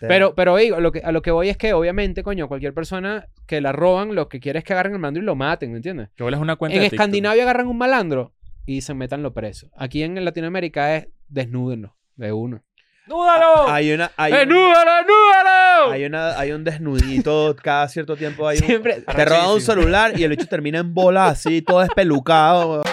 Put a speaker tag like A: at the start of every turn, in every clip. A: Pero, pero digo, lo que, a lo que voy es que obviamente, coño, cualquier persona que la roban, lo que quiere es que agarren el mandro y lo maten, ¿me entiendes?
B: Que vuelas una cuenta
A: En
B: de TikTok.
A: Escandinavia agarran un malandro y se metan lo preso. Aquí en Latinoamérica es desnúdenlo de uno. ¡Núdalo!
C: Hay una. Hay
A: ¡Eh,
C: un-
A: ¡Desnúdalo, desnúdalo!
C: Hay, una, hay un desnudito cada cierto tiempo. Hay un-
A: Siempre-
C: te roban un celular y el bicho termina en bola así, todo espelucado. weón.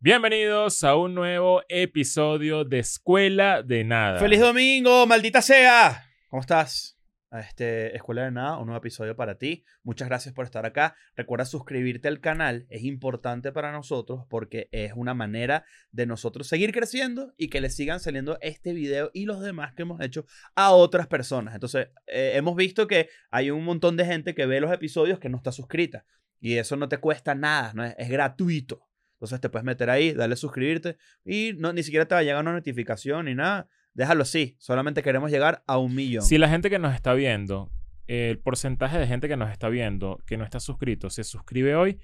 B: Bienvenidos a un nuevo episodio de Escuela de Nada.
C: ¡Feliz domingo, maldita sea! ¿Cómo estás? Este, Escuela de Nada, un nuevo episodio para ti. Muchas gracias por estar acá. Recuerda suscribirte al canal, es importante para nosotros porque es una manera de nosotros seguir creciendo y que le sigan saliendo este video y los demás que hemos hecho a otras personas. Entonces, eh, hemos visto que hay un montón de gente que ve los episodios que no está suscrita y eso no te cuesta nada, ¿no? es, es gratuito. Entonces te puedes meter ahí, darle a suscribirte y no, ni siquiera te va a llegar una notificación ni nada. Déjalo así. Solamente queremos llegar a un millón.
B: Si la gente que nos está viendo, el porcentaje de gente que nos está viendo, que no está suscrito, se suscribe hoy,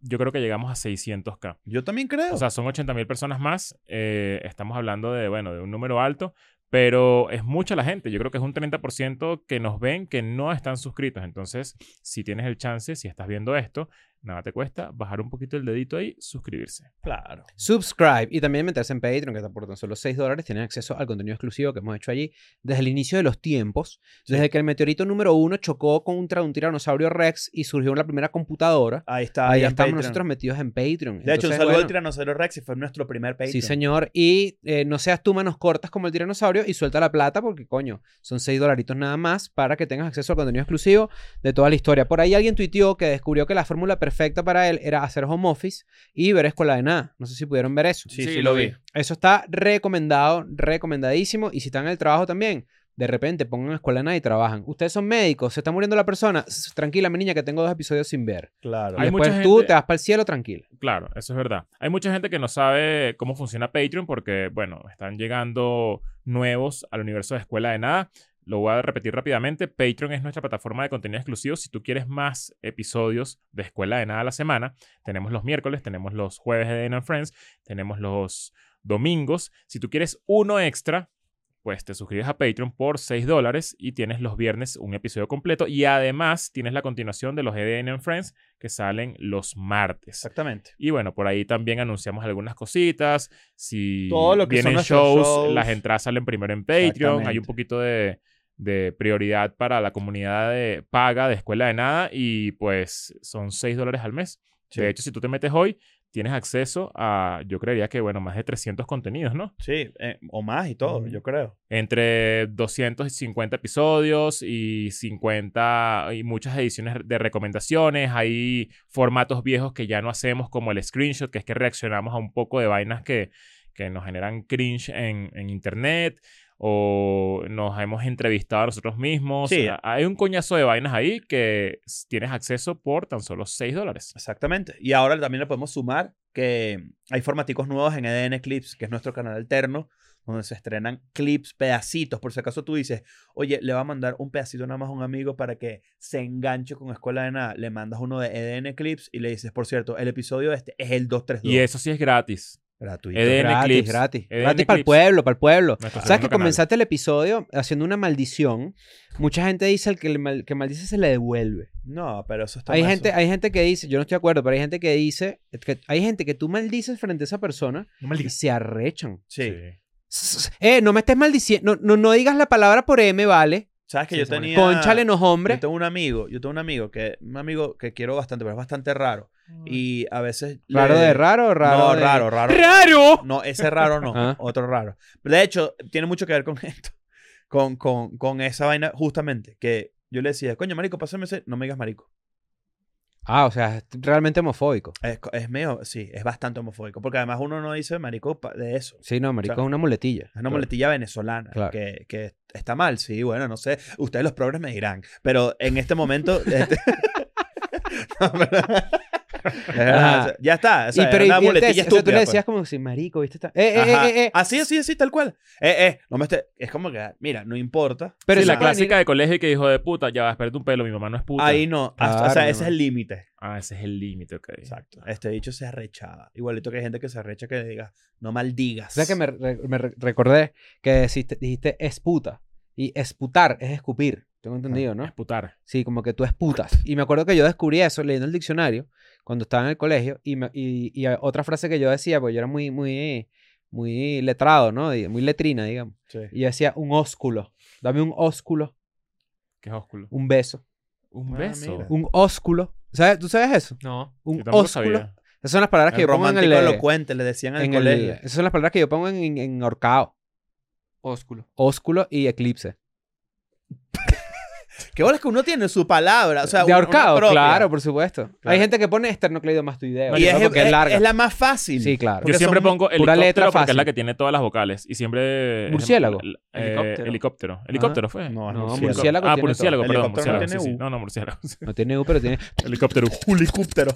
B: yo creo que llegamos a 600k.
C: Yo también creo.
B: O sea, son 80.000 personas más. eh, estamos hablando de, bueno, de un número alto, pero es mucha la gente. Yo creo que es un 30% que nos ven que no están suscritos. Entonces, si tienes el chance, si estás viendo esto, nada te cuesta bajar un poquito el dedito ahí, suscribirse.
C: claro.
A: Subscribe y también meterse en Patreon, que te aportan solo 6 dólares. Tienen acceso al contenido exclusivo que hemos hecho allí desde el inicio de los tiempos. Desde que el meteorito número 1 chocó contra un tiranosaurio Rex y surgió la primera computadora.
C: Ahí está.
A: Ahí
C: ya en
A: estamos
C: Patreon.
A: nosotros metidos en
C: De
A: Patreon.
C: hecho, un
A: Entonces,
C: saludo
A: bueno,
C: al Tiranosaurio Rex y fue nuestro primer Patreon.
A: Sí, señor. Y eh, no seas tú manos cortas como el tiranosaurio y suelta la plata porque, coño, son 6 dolaritos nada más para que tengas acceso al contenido exclusivo de toda la historia. Por ahí alguien tuiteó que descubrió que la fórmula perfecta para él era hacer home office y ver escuela de nada. No sé si pudieron ver eso.
C: Sí, sí, lo vi.
A: Eso está recomendado, recomendadísimo. Y si están en el trabajo también, de repente pongan escuela de nada y trabajan. Ustedes son médicos, se está muriendo la persona. S- Tranquila, mi niña, que tengo dos episodios sin ver.
C: Claro.
A: Y
B: Hay
A: después
B: mucha
A: tú
B: gente-
A: te vas para el cielo tranquila.
B: Claro, eso es verdad. Hay mucha gente que no sabe cómo funciona Patreon porque, bueno, están llegando nuevos al universo de Escuela de Nada. Lo voy a repetir rápidamente. Patreon es nuestra plataforma de contenido exclusivo. Si tú quieres más episodios de Escuela de Nada a la semana, tenemos los miércoles, tenemos los jueves de Dana Friends, tenemos los domingos. Si tú quieres uno extra, pues te suscribes a Patreon por 6 dólares y tienes los viernes un episodio completo. Y además tienes la continuación de los EDN Friends que salen los martes.
C: Exactamente.
B: Y bueno, por ahí también anunciamos algunas cositas. Si
C: Todo lo que son
B: vienen
C: nuestros
B: shows,
C: shows.
B: las entradas salen primero en Patreon. Hay
C: Exactamente.
B: un poquito de, de prioridad para la comunidad de paga de Escuela de Nada y pues son 6 dólares al mes.
C: Sí.
B: De hecho, si tú te metes hoy, tienes acceso a, yo creería que, bueno, más de 300 contenidos, ¿no?
C: Sí, eh, o más y todo,
B: Ujú.
C: yo creo.
B: Entre 250 episodios y 50 y muchas ediciones de recomendaciones. Hay formatos viejos que ya no hacemos, como el screenshot, que es que reaccionamos a un poco de vainas que, que nos generan cringe en, en internet. O nos hemos entrevistado a nosotros mismos.
C: Sí.
B: A- Hay un coñazo de vainas ahí que s- tienes acceso por tan solo 6 dólares.
C: Exactamente. Y ahora también le podemos sumar que hay formaticos nuevos en EDN Clips, que es nuestro canal alterno, donde se estrenan clips, pedacitos. Por si acaso tú dices, oye, le va a mandar un pedacito nada más a un amigo para que se enganche con Escuela de Nada. Le mandas uno de EDN Clips y le dices, por cierto, el episodio este es el 232.
B: Y eso sí es E gratis.
C: gratuito.
B: EDN
A: gratis,
B: Clips.
A: gratis.
B: EDN
A: gratis para el
B: Clips.
A: pueblo, para el pueblo.
B: Nuestro
A: ¿Sabes que
B: segundo canal.
A: comenzaste el episodio haciendo una maldición? Mucha gente dice el que, le mal- que maldice se le devuelve.
C: No, pero eso está
A: Hay
C: mal,
A: gente,
C: eso.
A: hay gente que dice, yo no estoy de acuerdo, pero hay gente que dice, que- hay gente que tú maldices frente a esa persona y se arrechan.
C: Sí.
A: S- Eh, no me estés maldiciendo, no, no, no digas la palabra por M, ¿vale?
C: ¿Sabes que
B: Sí,
C: yo
B: se pone-
C: tenía...
A: Conchale, no,
C: Yo
A: hombre.
C: tengo un amigo, yo tengo un amigo que... Un amigo que quiero bastante, pero es bastante raro. Y a veces... le-
A: Raro de raro, o raro.
C: eh, No,
A: de-
C: raro, raro.
B: ¡Raro!
C: No, ese raro no,
A: Ah.
C: otro raro. De hecho, tiene mucho que ver con esto, con, con, con esa vaina, justamente, que yo le decía, coño, marico, pásame ese, no me digas marico.
A: Ah, o sea, es realmente homofóbico.
C: Es, co- es medio, sí, es bastante homofóbico, porque además uno no dice marico pa- de eso.
A: Sí, no, marico,
C: O sea,
A: es una muletilla.
C: Es una muletilla venezolana,
A: Claro.
C: que, que está mal, sí, bueno, no sé, ustedes los progres me dirán, pero en este momento... este- No, pero- Es verdad,
A: Ajá.
C: o sea, ya está. O sea,
A: y,
C: era
A: pero, y-
C: una
A: y el
C: muletilla
A: test, o sea, tú
C: estúpida,
A: le
C: pues.
A: decías como si marico, ¿viste? Esta... Eh, eh,
C: Ajá. Ah,
A: eh, eh, eh.
C: Así, así, así, tal cual. Eh, eh, no me esté- Es como que, mira, no importa.
A: Pero
B: Sí,
A: eso
B: la
A: puede venir-
B: clásica de colegio que dijo de puta, ya va, espérate un pelo, mi mamá no es puta.
C: Ahí no. hasta- o
A: Claro,
C: sea,
A: mi
C: ese es
A: amor.
C: el límite.
B: Ah, ese es el límite, ok.
C: Exacto. Este dicho se arrechaba. Igualito que hay gente que se arrecha que diga, no
A: O
C: maldigas.
A: sea que me, re- me re- recordé que dijiste, dijiste es puta. Y esputar es escupir.
C: Ah,
A: Tengo entendido, ¿no?
B: Es putar.
A: Sí, como que tú esputas. Y me acuerdo que yo descubrí eso leyendo el diccionario cuando estaba en el colegio. Y, me- y- y a- otra frase que yo decía, porque yo era muy, muy, muy letrado, ¿no? Y Muy letrina, digamos.
C: Sí.
A: Y yo decía un ósculo. Dame un ósculo,
B: ¿Qué es ósculo?
A: un beso.
B: Un
C: Ah,
B: beso.
C: mira.
A: Un ósculo. ¿Sabes? ¿Tú sabes eso?
D: No.
A: Un
B: Yo tampoco
A: ósculo.
B: sabía.
A: Esas son las palabras que
C: El
A: yo pongo en
C: romántico
A: el, eh,
C: elocuente, le decían en
A: en
C: el
A: el- eh,
C: colegio.
A: Esas son las palabras que yo pongo en, en, en horcao.
D: Ósculo.
A: Ósculo y eclipse.
C: Qué bolas que uno tiene su palabra. O sea,
A: de
C: una- una
A: ahorcado,
C: propia.
A: claro, por supuesto.
C: Claro.
A: Hay gente que pone esternocleidomastoideo.
B: No,
C: Y
A: yo
C: es,
A: creo que
C: es-
A: es larga.
C: es la más fácil.
A: Sí, claro.
B: Yo
C: Porque
B: siempre
C: son
B: pongo
A: pura
B: helicóptero
A: letra
B: porque es
A: fácil.
B: la que tiene todas las vocales. Y siempre...
A: Murciélago.
B: Eh, helicóptero.
D: Helicóptero.
B: Helicóptero. Helicóptero fue.
C: No, es
A: No,
C: murciélago.
A: murciélago
B: Ah,
A: tiene
B: murciélago,
C: todo.
B: perdón.
C: Helicóptero no
B: Murciélago. sí,
C: tiene
B: sí.
C: U.
B: No, no, murciélago.
A: todo. No tiene U, pero tiene...
B: Helicóptero.
C: Helicóptero.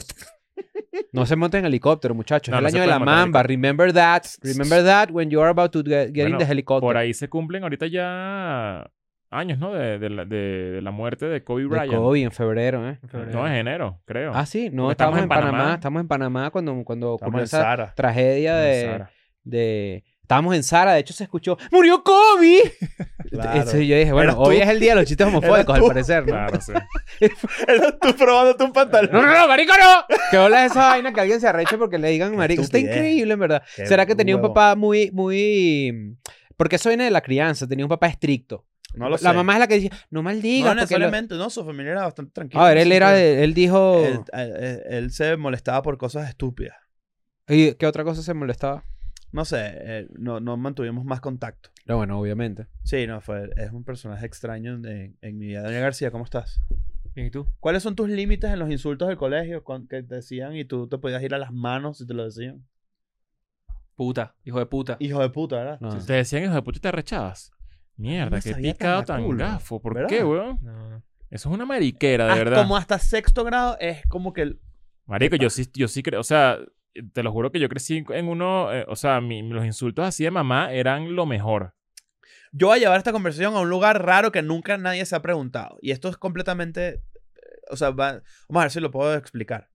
A: No se monten en helicóptero, muchachos.
B: No,
A: el
B: no se
A: año de la
B: pueden montar en
A: mamba. Remember that. Remember that when you are about to get, get in
B: Bueno,
A: the helicopter.
B: Por ahí se cumplen ahorita ya años, ¿no? De, de la, de- de la muerte de Kobe
A: De
B: Bryant.
A: Kobe en febrero, ¿eh?
B: No, es enero, creo.
A: Ah, sí. No,
B: Porque
A: estamos, en Panamá. Estamos en Panamá cuando, cuando
C: Estamos
A: ocurrió
C: en
A: esa
C: Sara.
A: tragedia
B: Con
A: de,
B: Sara.
A: de... Estábamos en Sara. De hecho, se escuchó... ¡Murió Kobe!
C: Claro.
A: Entonces yo dije, bueno,
C: Eras
A: hoy
C: tú.
A: es el día de los chistes homofóbicos, al
C: tú.
A: parecer, ¿no?
B: Claro, sí.
C: Eras tú probándote un pantalón.
A: No, no, no, marico, no. Que hola esa vaina que alguien se arreche porque le digan
C: Qué
A: marico. Está
C: estupidez.
A: increíble, en verdad.
C: Qué
A: ¿Será que tenía un
C: huevo.
A: papá muy, muy. Porque eso viene de la crianza, tenía un papá estricto.
C: No lo sé.
A: La mamá es la que decía, no
C: No,
A: maldigas. porque lo-".
C: necesariamente, no, su familia era bastante tranquila.
A: A ver, él era,
C: Siempre-
A: de- él dijo.
C: Él, él- él- él se molestaba por cosas estúpidas.
A: ¿Y qué otra cosa se molestaba?
C: No sé, eh, no, no mantuvimos más contacto.
A: No, bueno, obviamente.
C: Sí, no, fue, es un personaje extraño en, en mi vida. Doña García, ¿cómo estás?
D: Bien, ¿y tú?
C: ¿Cuáles son tus límites en los insultos del colegio cuan- que te decían y tú te podías ir a las manos si te lo decían?
D: Puta. Hijo de puta.
C: Hijo de puta, ¿verdad?
A: No.
B: Te decían, hijo Ah. de puta, y te arrechabas. Mierda,
C: No
B: qué
C: sabía tan
B: picado tan
C: maculo,
B: gafo. ¿Por
C: ¿verdad?
B: qué, weón?
D: No, no.
B: Eso es una mariquera, de
C: Ah,
B: verdad.
C: Como hasta sexto grado es como que... el-
B: Marico, yo sí, yo sí creo, o sea, te lo juro que yo crecí en uno, eh, o sea, mi- los insultos así de mamá eran lo mejor.
C: Yo voy a llevar esta conversación a un lugar raro que nunca nadie se ha preguntado. Y esto es completamente... eh, O sea, va- vamos a ver si lo puedo explicar.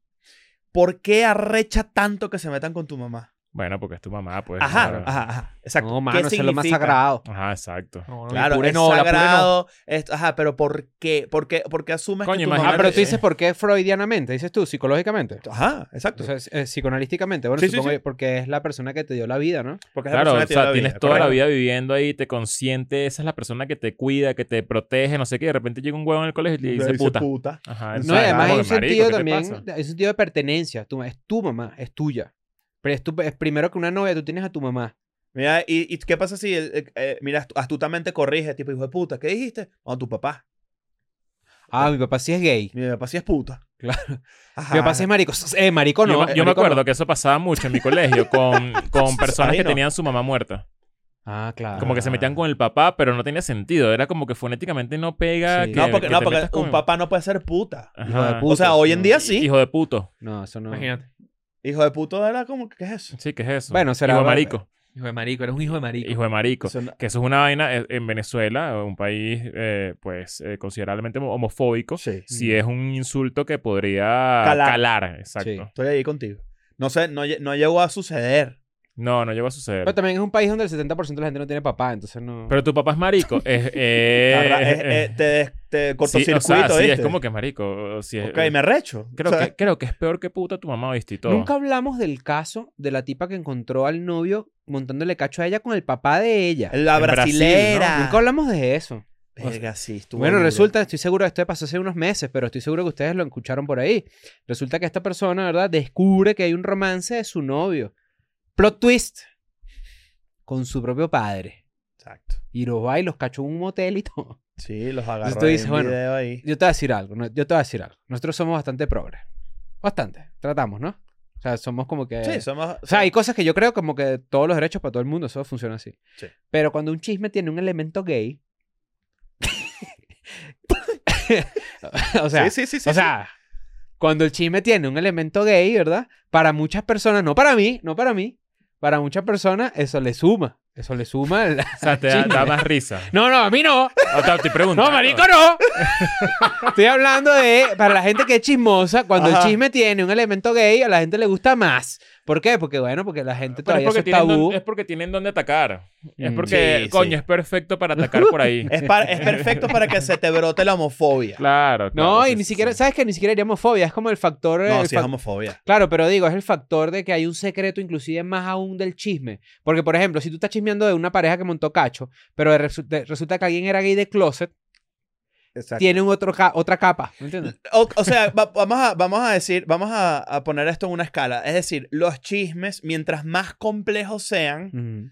C: ¿Por qué arrecha tanto que se metan con tu mamá?
B: Bueno, porque es tu mamá, pues.
C: Ajá,
B: claro.
C: ajá, ajá. Exacto.
A: No,
C: ¿Qué
A: mano, eso es lo más
C: significa?
A: sagrado.
B: Ajá, exacto.
D: No, no, mi
C: Claro,
D: pure
C: es
D: no, la pure no.
C: sagrado. es- ajá, pero ¿por qué? ¿Por qué, por qué asumes
B: Coño,
C: que tu
B: imagínate.
C: mamá...
A: Ah, pero tú
B: eh.
A: dices por qué freudianamente, dices tú, psicológicamente.
C: Ajá, exacto.
A: O sea, eh, psicoanalísticamente. Bueno,
C: Sí, sí,
A: supongo
C: sí.
A: que porque es la persona que te dio la vida, ¿no?
C: Porque es la persona
B: Claro, o
C: que te dio
B: sea,
C: la
B: tienes
C: vida,
B: toda la
C: correcto.
B: vida viviendo ahí, te consiente, esa es la persona que te cuida, que te protege, no sé qué, y de repente llega un huevo en el colegio y te dice puta. Ajá,
A: No, y
B: exacto.
A: además hay un
B: Como que, marico,
A: sentido
B: ¿qué te
A: también,
B: pasa?
A: hay un sentido de pertenencia. Tu, es tu mamá, es tuya. Pero es, tu- es primero que una novia, tú tienes a tu mamá.
C: Mira, ¿y, y qué pasa si, el- eh, eh, mira, astu- astutamente corrige, tipo, hijo de puta, ¿qué dijiste? No, tu papá.
A: Ah, mi papá sí es gay.
C: Mi papá sí es puta.
A: Claro.
C: Ajá.
A: Mi papá sí es marico. Eh, marico no.
B: yo, me-
A: eh,
B: yo me
A: marico no.
B: acuerdo que eso pasaba mucho en mi colegio con, con personas
C: Ahí
B: que
C: no.
B: tenían su mamá muerta.
A: Ah, claro.
B: Como que se metían con el papá, pero no tenía sentido. Era como que fonéticamente no pega.
A: Sí.
B: que-
C: No, porque,
B: que
C: no,
B: te
C: porque
B: metas con-
C: un papá no puede ser puta.
B: Ajá.
A: Hijo de puta.
C: O sea, hoy en
A: no.
C: día sí. Hijo,
B: Hijo de puto.
A: No, eso no.
D: Imagínate.
C: de puto era como, ¿qué es eso?
B: Sí, ¿qué es eso?
A: Bueno, será-
B: Hijo de marico.
D: Hijo de marico. Eres un hijo de marico.
B: Hijo de marico.
C: Eso no-
B: Que eso es una vaina eh, en Venezuela, un país eh, pues eh, considerablemente homo- homofóbico.
C: Sí.
B: Si es un insulto que podría
C: Mm. Calar.
B: calar. exacto.
A: Sí.
C: Estoy ahí contigo. No sé, no, lle- no llegó a suceder.
B: No, no llegó a suceder.
A: Pero también es un país donde el 70% de la gente no tiene papá, entonces no.
B: Pero tu papá es marico. Es, eh,
C: Carra- es-
B: eh,
C: es- te, des- te
B: sí, o
C: cortocircuito,
B: sea, sí, es
C: ¿viste?
B: como que es marico. o- Si es-
C: Ok, me recho.
B: creo, que, creo que es peor que puta tu mamá, ¿viste? Y todo.
A: Nunca hablamos del caso de la tipa que encontró al novio montándole cacho a ella con el papá de ella.
C: La
B: En Brasil, ¿no?
C: brasilera.
A: Nunca hablamos de eso.
C: Verga, sí, estuvo
A: Bueno,
C: duro.
A: resulta, estoy seguro, esto pasó hace unos meses, pero estoy seguro que ustedes lo escucharon por ahí. Resulta que esta persona, ¿verdad? Descubre que hay un romance de su novio. Plot twist. Con su propio padre.
C: Exacto.
A: Y los va y los cachó en un motel y todo.
C: Sí, los agarró
A: tú
C: ahí
A: dices,
C: en
A: bueno,
C: video ahí.
A: Yo te voy a decir algo, ¿no? yo te voy a decir algo. Nosotros somos bastante progres. Bastante. Tratamos, ¿no? O sea, somos como
B: eh,
A: que...
C: Sí, somos...
A: O sea, hay cosas que yo creo como que todos los derechos para todo el mundo, eso funciona así.
C: Sí.
A: Pero cuando un chisme tiene un elemento gay... o sea,
C: sí, sí, sí, sí,
A: o sea, cuando el chisme tiene un elemento gay, ¿verdad? Para muchas personas, no para mí, no para mí, para muchas personas eso le suma. Eso le suma. el-
B: O sea, te da, da más risa.
A: No, no, a mí no.
B: O sea, estoy preguntando.
A: No, marico, no. Estoy hablando de, para la gente que es chismosa, cuando
C: Ajá.
A: el chisme tiene un elemento gay, a la gente le gusta más. ¿por qué? Porque, bueno, porque la gente
B: Pero es
A: todavía eso
B: porque,
A: es
B: tienen
A: tabú.
B: don- es porque tienen donde atacar. Es
A: Mm.
B: porque,
C: Sí,
B: coño,
C: sí.
B: es perfecto para atacar por ahí.
C: Es, pa- es perfecto para que se te brote la homofobia.
B: Claro,
A: No,
B: claro,
A: y
B: sí,
A: ni
B: sí,
A: siquiera,
B: sí.
A: ¿sabes que Ni siquiera diríamos fobia, es como el factor...
C: No,
A: el
B: eh,
C: sí
A: fac-
C: es homofobia.
A: Claro, pero digo, es el factor de que hay un secreto, inclusive más aún del chisme. Porque, por ejemplo, si tú estás chismeando de una pareja que montó cacho, pero de resu- de- resulta que alguien era gay de closet,
C: Exacto.
A: tiene un otro ca- otra capa. ¿Me entiendes?
C: O, o sea, va- vamos, a, vamos a decir, vamos a, a poner esto en una escala. Es decir, los chismes, mientras más complejos sean,
A: Ujú.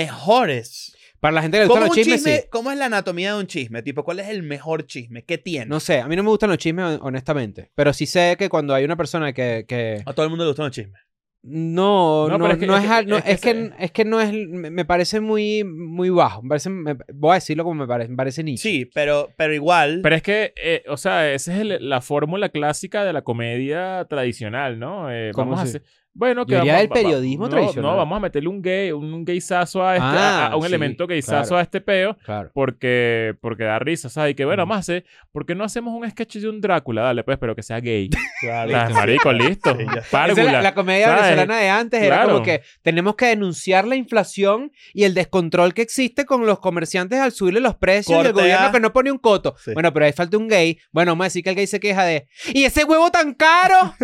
C: mejores.
A: Para la gente que le
C: ¿Cómo,
A: gustan los
C: un
A: chismes,
C: chisme-
A: sí.
C: cómo es la anatomía de un chisme? Tipo, ¿cuál es el mejor chisme? ¿Qué tiene?
A: No sé, a mí no me gustan los chismes, hon- honestamente. Pero sí sé que cuando hay una persona que... que-
C: A todo el mundo le gustan los chismes.
A: No,
B: No,
A: no,
B: pero es que-
A: no
B: es
A: es
B: que-
A: al- no,
B: es que
A: es que
B: se-
A: es que no es... Me me parece muy, muy bajo. Me parece, me- voy a decirlo como me parece, me parece nicho.
C: Sí, pero, pero igual.
B: Pero es que, eh, o sea, esa es el- la fórmula clásica de la comedia tradicional, ¿no? Eh,
A: ¿Cómo
B: vamos
A: así?
B: a hacer... Bueno, que
A: Yo diría
B: vamos-
A: del
B: va- va-
A: periodismo
B: no,
A: tradicional.
B: No, vamos a meterle un gay, un, un gaysazo a este,
A: Ah,
B: a, a un
A: sí,
B: elemento gaysazo
A: claro.
B: a este peo,
A: Claro.
B: porque, porque da risa, ¿sabes? Y que bueno,
A: Mm.
B: más, ¿eh? ¿Por qué no hacemos un sketch de un Drácula? Dale, pues, pero que sea gay.
C: Claro.
B: Las marico, listo.
C: Sí, ya
A: Esa es la,
B: Párvula.
A: la comedia
B: ¿sabes?
A: venezolana de antes era
B: Claro.
A: como que tenemos que denunciar la inflación y el descontrol que existe con los comerciantes al subirle los precios y el
C: Corte
A: gobierno
C: A.
A: que no pone un coto.
C: Sí.
A: Bueno, pero ahí falta un gay. Bueno, vamos a decir que el gay se queja de ¡Y ese huevo tan caro!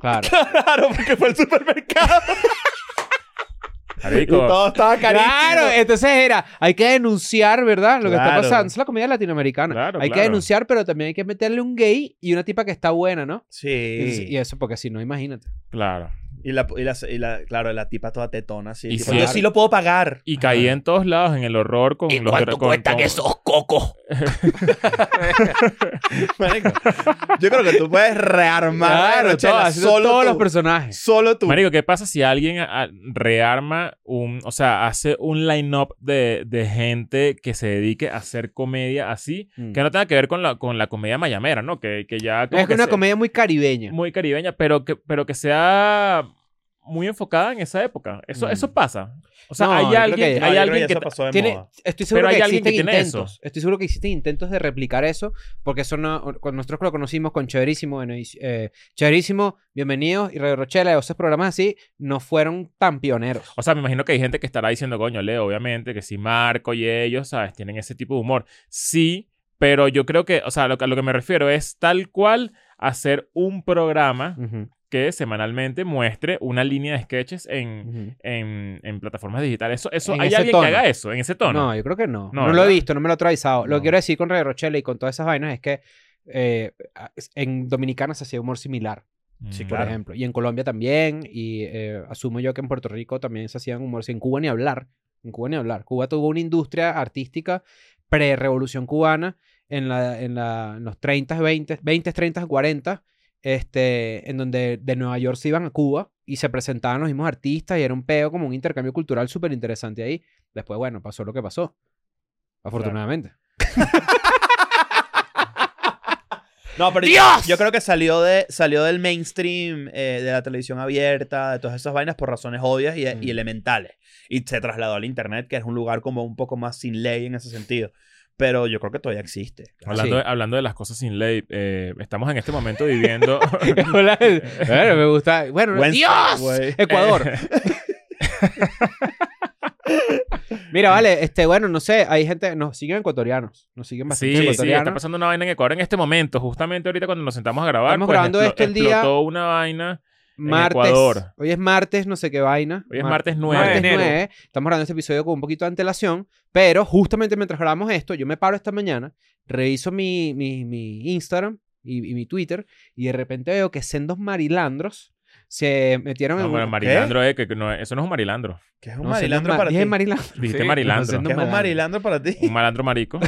A: claro.
C: Claro, porque fue al supermercado. y
B: Marico,
C: todo estaba carísimo.
A: Claro, eh. entonces era, hay que denunciar, ¿verdad? Lo que está
C: Claro.
A: pasando. Es la comedia latinoamericana.
B: Claro,
A: hay que
B: claro.
A: denunciar, pero también hay que meterle un gay y una tipa que está buena, ¿no?
C: Sí.
A: Y eso, porque si no, imagínate.
B: Claro.
C: Y la, y la, y la- claro, la tipa toda tetona. así,
B: Y
C: tipo,
B: sí.
C: Yo sí lo puedo pagar.
B: Y caí en todos lados en el horror con los dra- con- con-
D: cocos?
C: Marico, Yo creo que tú puedes rearmar la
A: todo,
C: Rochela,
A: haciendo
C: solo
A: todos
C: tú.
A: los personajes.
C: Solo tú.
B: Marico, ¿qué pasa si alguien a- rearma un, o sea, hace un line-up de, de gente que se dedique a hacer comedia así,
A: Mm.
B: que no tenga que ver con la, con la comedia mayamera, ¿no? Que, que ya... como
A: Es
B: que
A: una
B: se-
A: comedia muy caribeña.
B: Muy caribeña, pero que, pero que sea muy enfocada en esa época. Eso,
A: Mm.
B: eso pasa. O sea,
A: No, yo
B: hay
A: creo
B: alguien,
A: que-
C: No,
B: hay
C: yo creo
B: alguien
C: ya
B: que...
C: eso pasó de
A: Tiene-
C: moda.
A: estoy seguro
B: Pero hay
A: que
B: alguien
A: existen
B: que tiene
A: intentos. Estoy seguro que existen intentos de replicar eso, porque eso no- con- nosotros lo conocimos con Chéverísimo, bueno, y, eh, Chéverísimo, Bienvenidos y Radio Rochela, y esos programas así, no fueron tan pioneros.
B: O sea, me imagino que hay gente que estará diciendo, coño, Leo, obviamente, que si Marco y ellos, ¿sabes? Tienen ese tipo de humor. Sí, pero yo creo que, o sea, lo, que- a lo que me refiero es tal cual hacer un programa
A: Ujú,
B: que semanalmente muestre una línea de sketches en,
A: ujú.
B: en, en plataformas digitales. Eso, eso
A: En
B: hay
A: ese
B: alguien
A: tono.
B: que haga eso, en ese tono.
A: No, yo creo que no.
B: No,
A: No, lo
B: ¿verdad?
A: he visto, no me lo he atravesado. Lo
B: No.
A: que quiero decir con Radio Rochela y con todas esas vainas es que eh, en Dominicana se hacía humor similar,
C: Sí,
B: Mm.
A: por
C: Claro.
A: ejemplo, y en Colombia también, y eh, asumo yo que en Puerto Rico también se hacían humor, si en Cuba ni hablar, en Cuba ni hablar. Cuba tuvo una industria artística pre-revolución cubana en, la, en, la- en los 30, 20, 20, 30, 40, este, en donde de Nueva York se iban a Cuba y se presentaban los mismos artistas y era un peo como un intercambio cultural súper interesante ahí. Después, bueno, pasó lo que pasó. Afortunadamente.
C: No, pero yo- Yo, creo que salió, de, salió del mainstream, eh, de la televisión abierta, de todas esas vainas por razones obvias y, y
A: Mm.
C: elementales. Y se trasladó al internet, que es un lugar como un poco más sin ley en ese sentido. Pero yo creo que todavía existe.
B: Hablando,
A: Sí.
B: de, hablando de las cosas sin ley, eh, estamos en este momento viviendo...
A: Hola, el- bueno, me gusta. Bueno,
C: Wednesday,
A: Dios.
C: güey.
A: Ecuador. Mira, vale, este, bueno, no sé, hay gente, nos siguen ecuatorianos, nos siguen bastante
B: Sí, sí, está
A: ecuatorianos.
B: pasando una vaina en Ecuador en este momento, justamente ahorita cuando nos sentamos a grabar. pues,
A: Estamos grabando
B: explo-
A: esto el día-
B: Explotó una vaina.
A: martes,
B: Ecuador.
A: hoy es martes, no sé qué vaina.
B: Hoy es
A: Mar-
B: martes 9.
A: martes
D: Enero.
A: 9. Estamos grabando este episodio con un poquito de antelación, pero justamente mientras grabamos esto, yo me paro esta mañana, reviso mi, mi, mi Instagram y, y mi Twitter y de repente veo que sendos marilandros se metieron
B: No,
A: en
B: Ah, bueno,
A: un-
B: marilandro, eh, que que no, eso no es un marilandro.
C: ¿Qué es un
A: No, sendos
C: marilandro
A: ma-
C: para ti?
A: dije marilandro.
B: Dijiste
D: Sí,
B: marilandro.
A: entonces no
C: ¿Qué es un
A: malandro.
C: marilandro para ti?
B: Un malandro marico.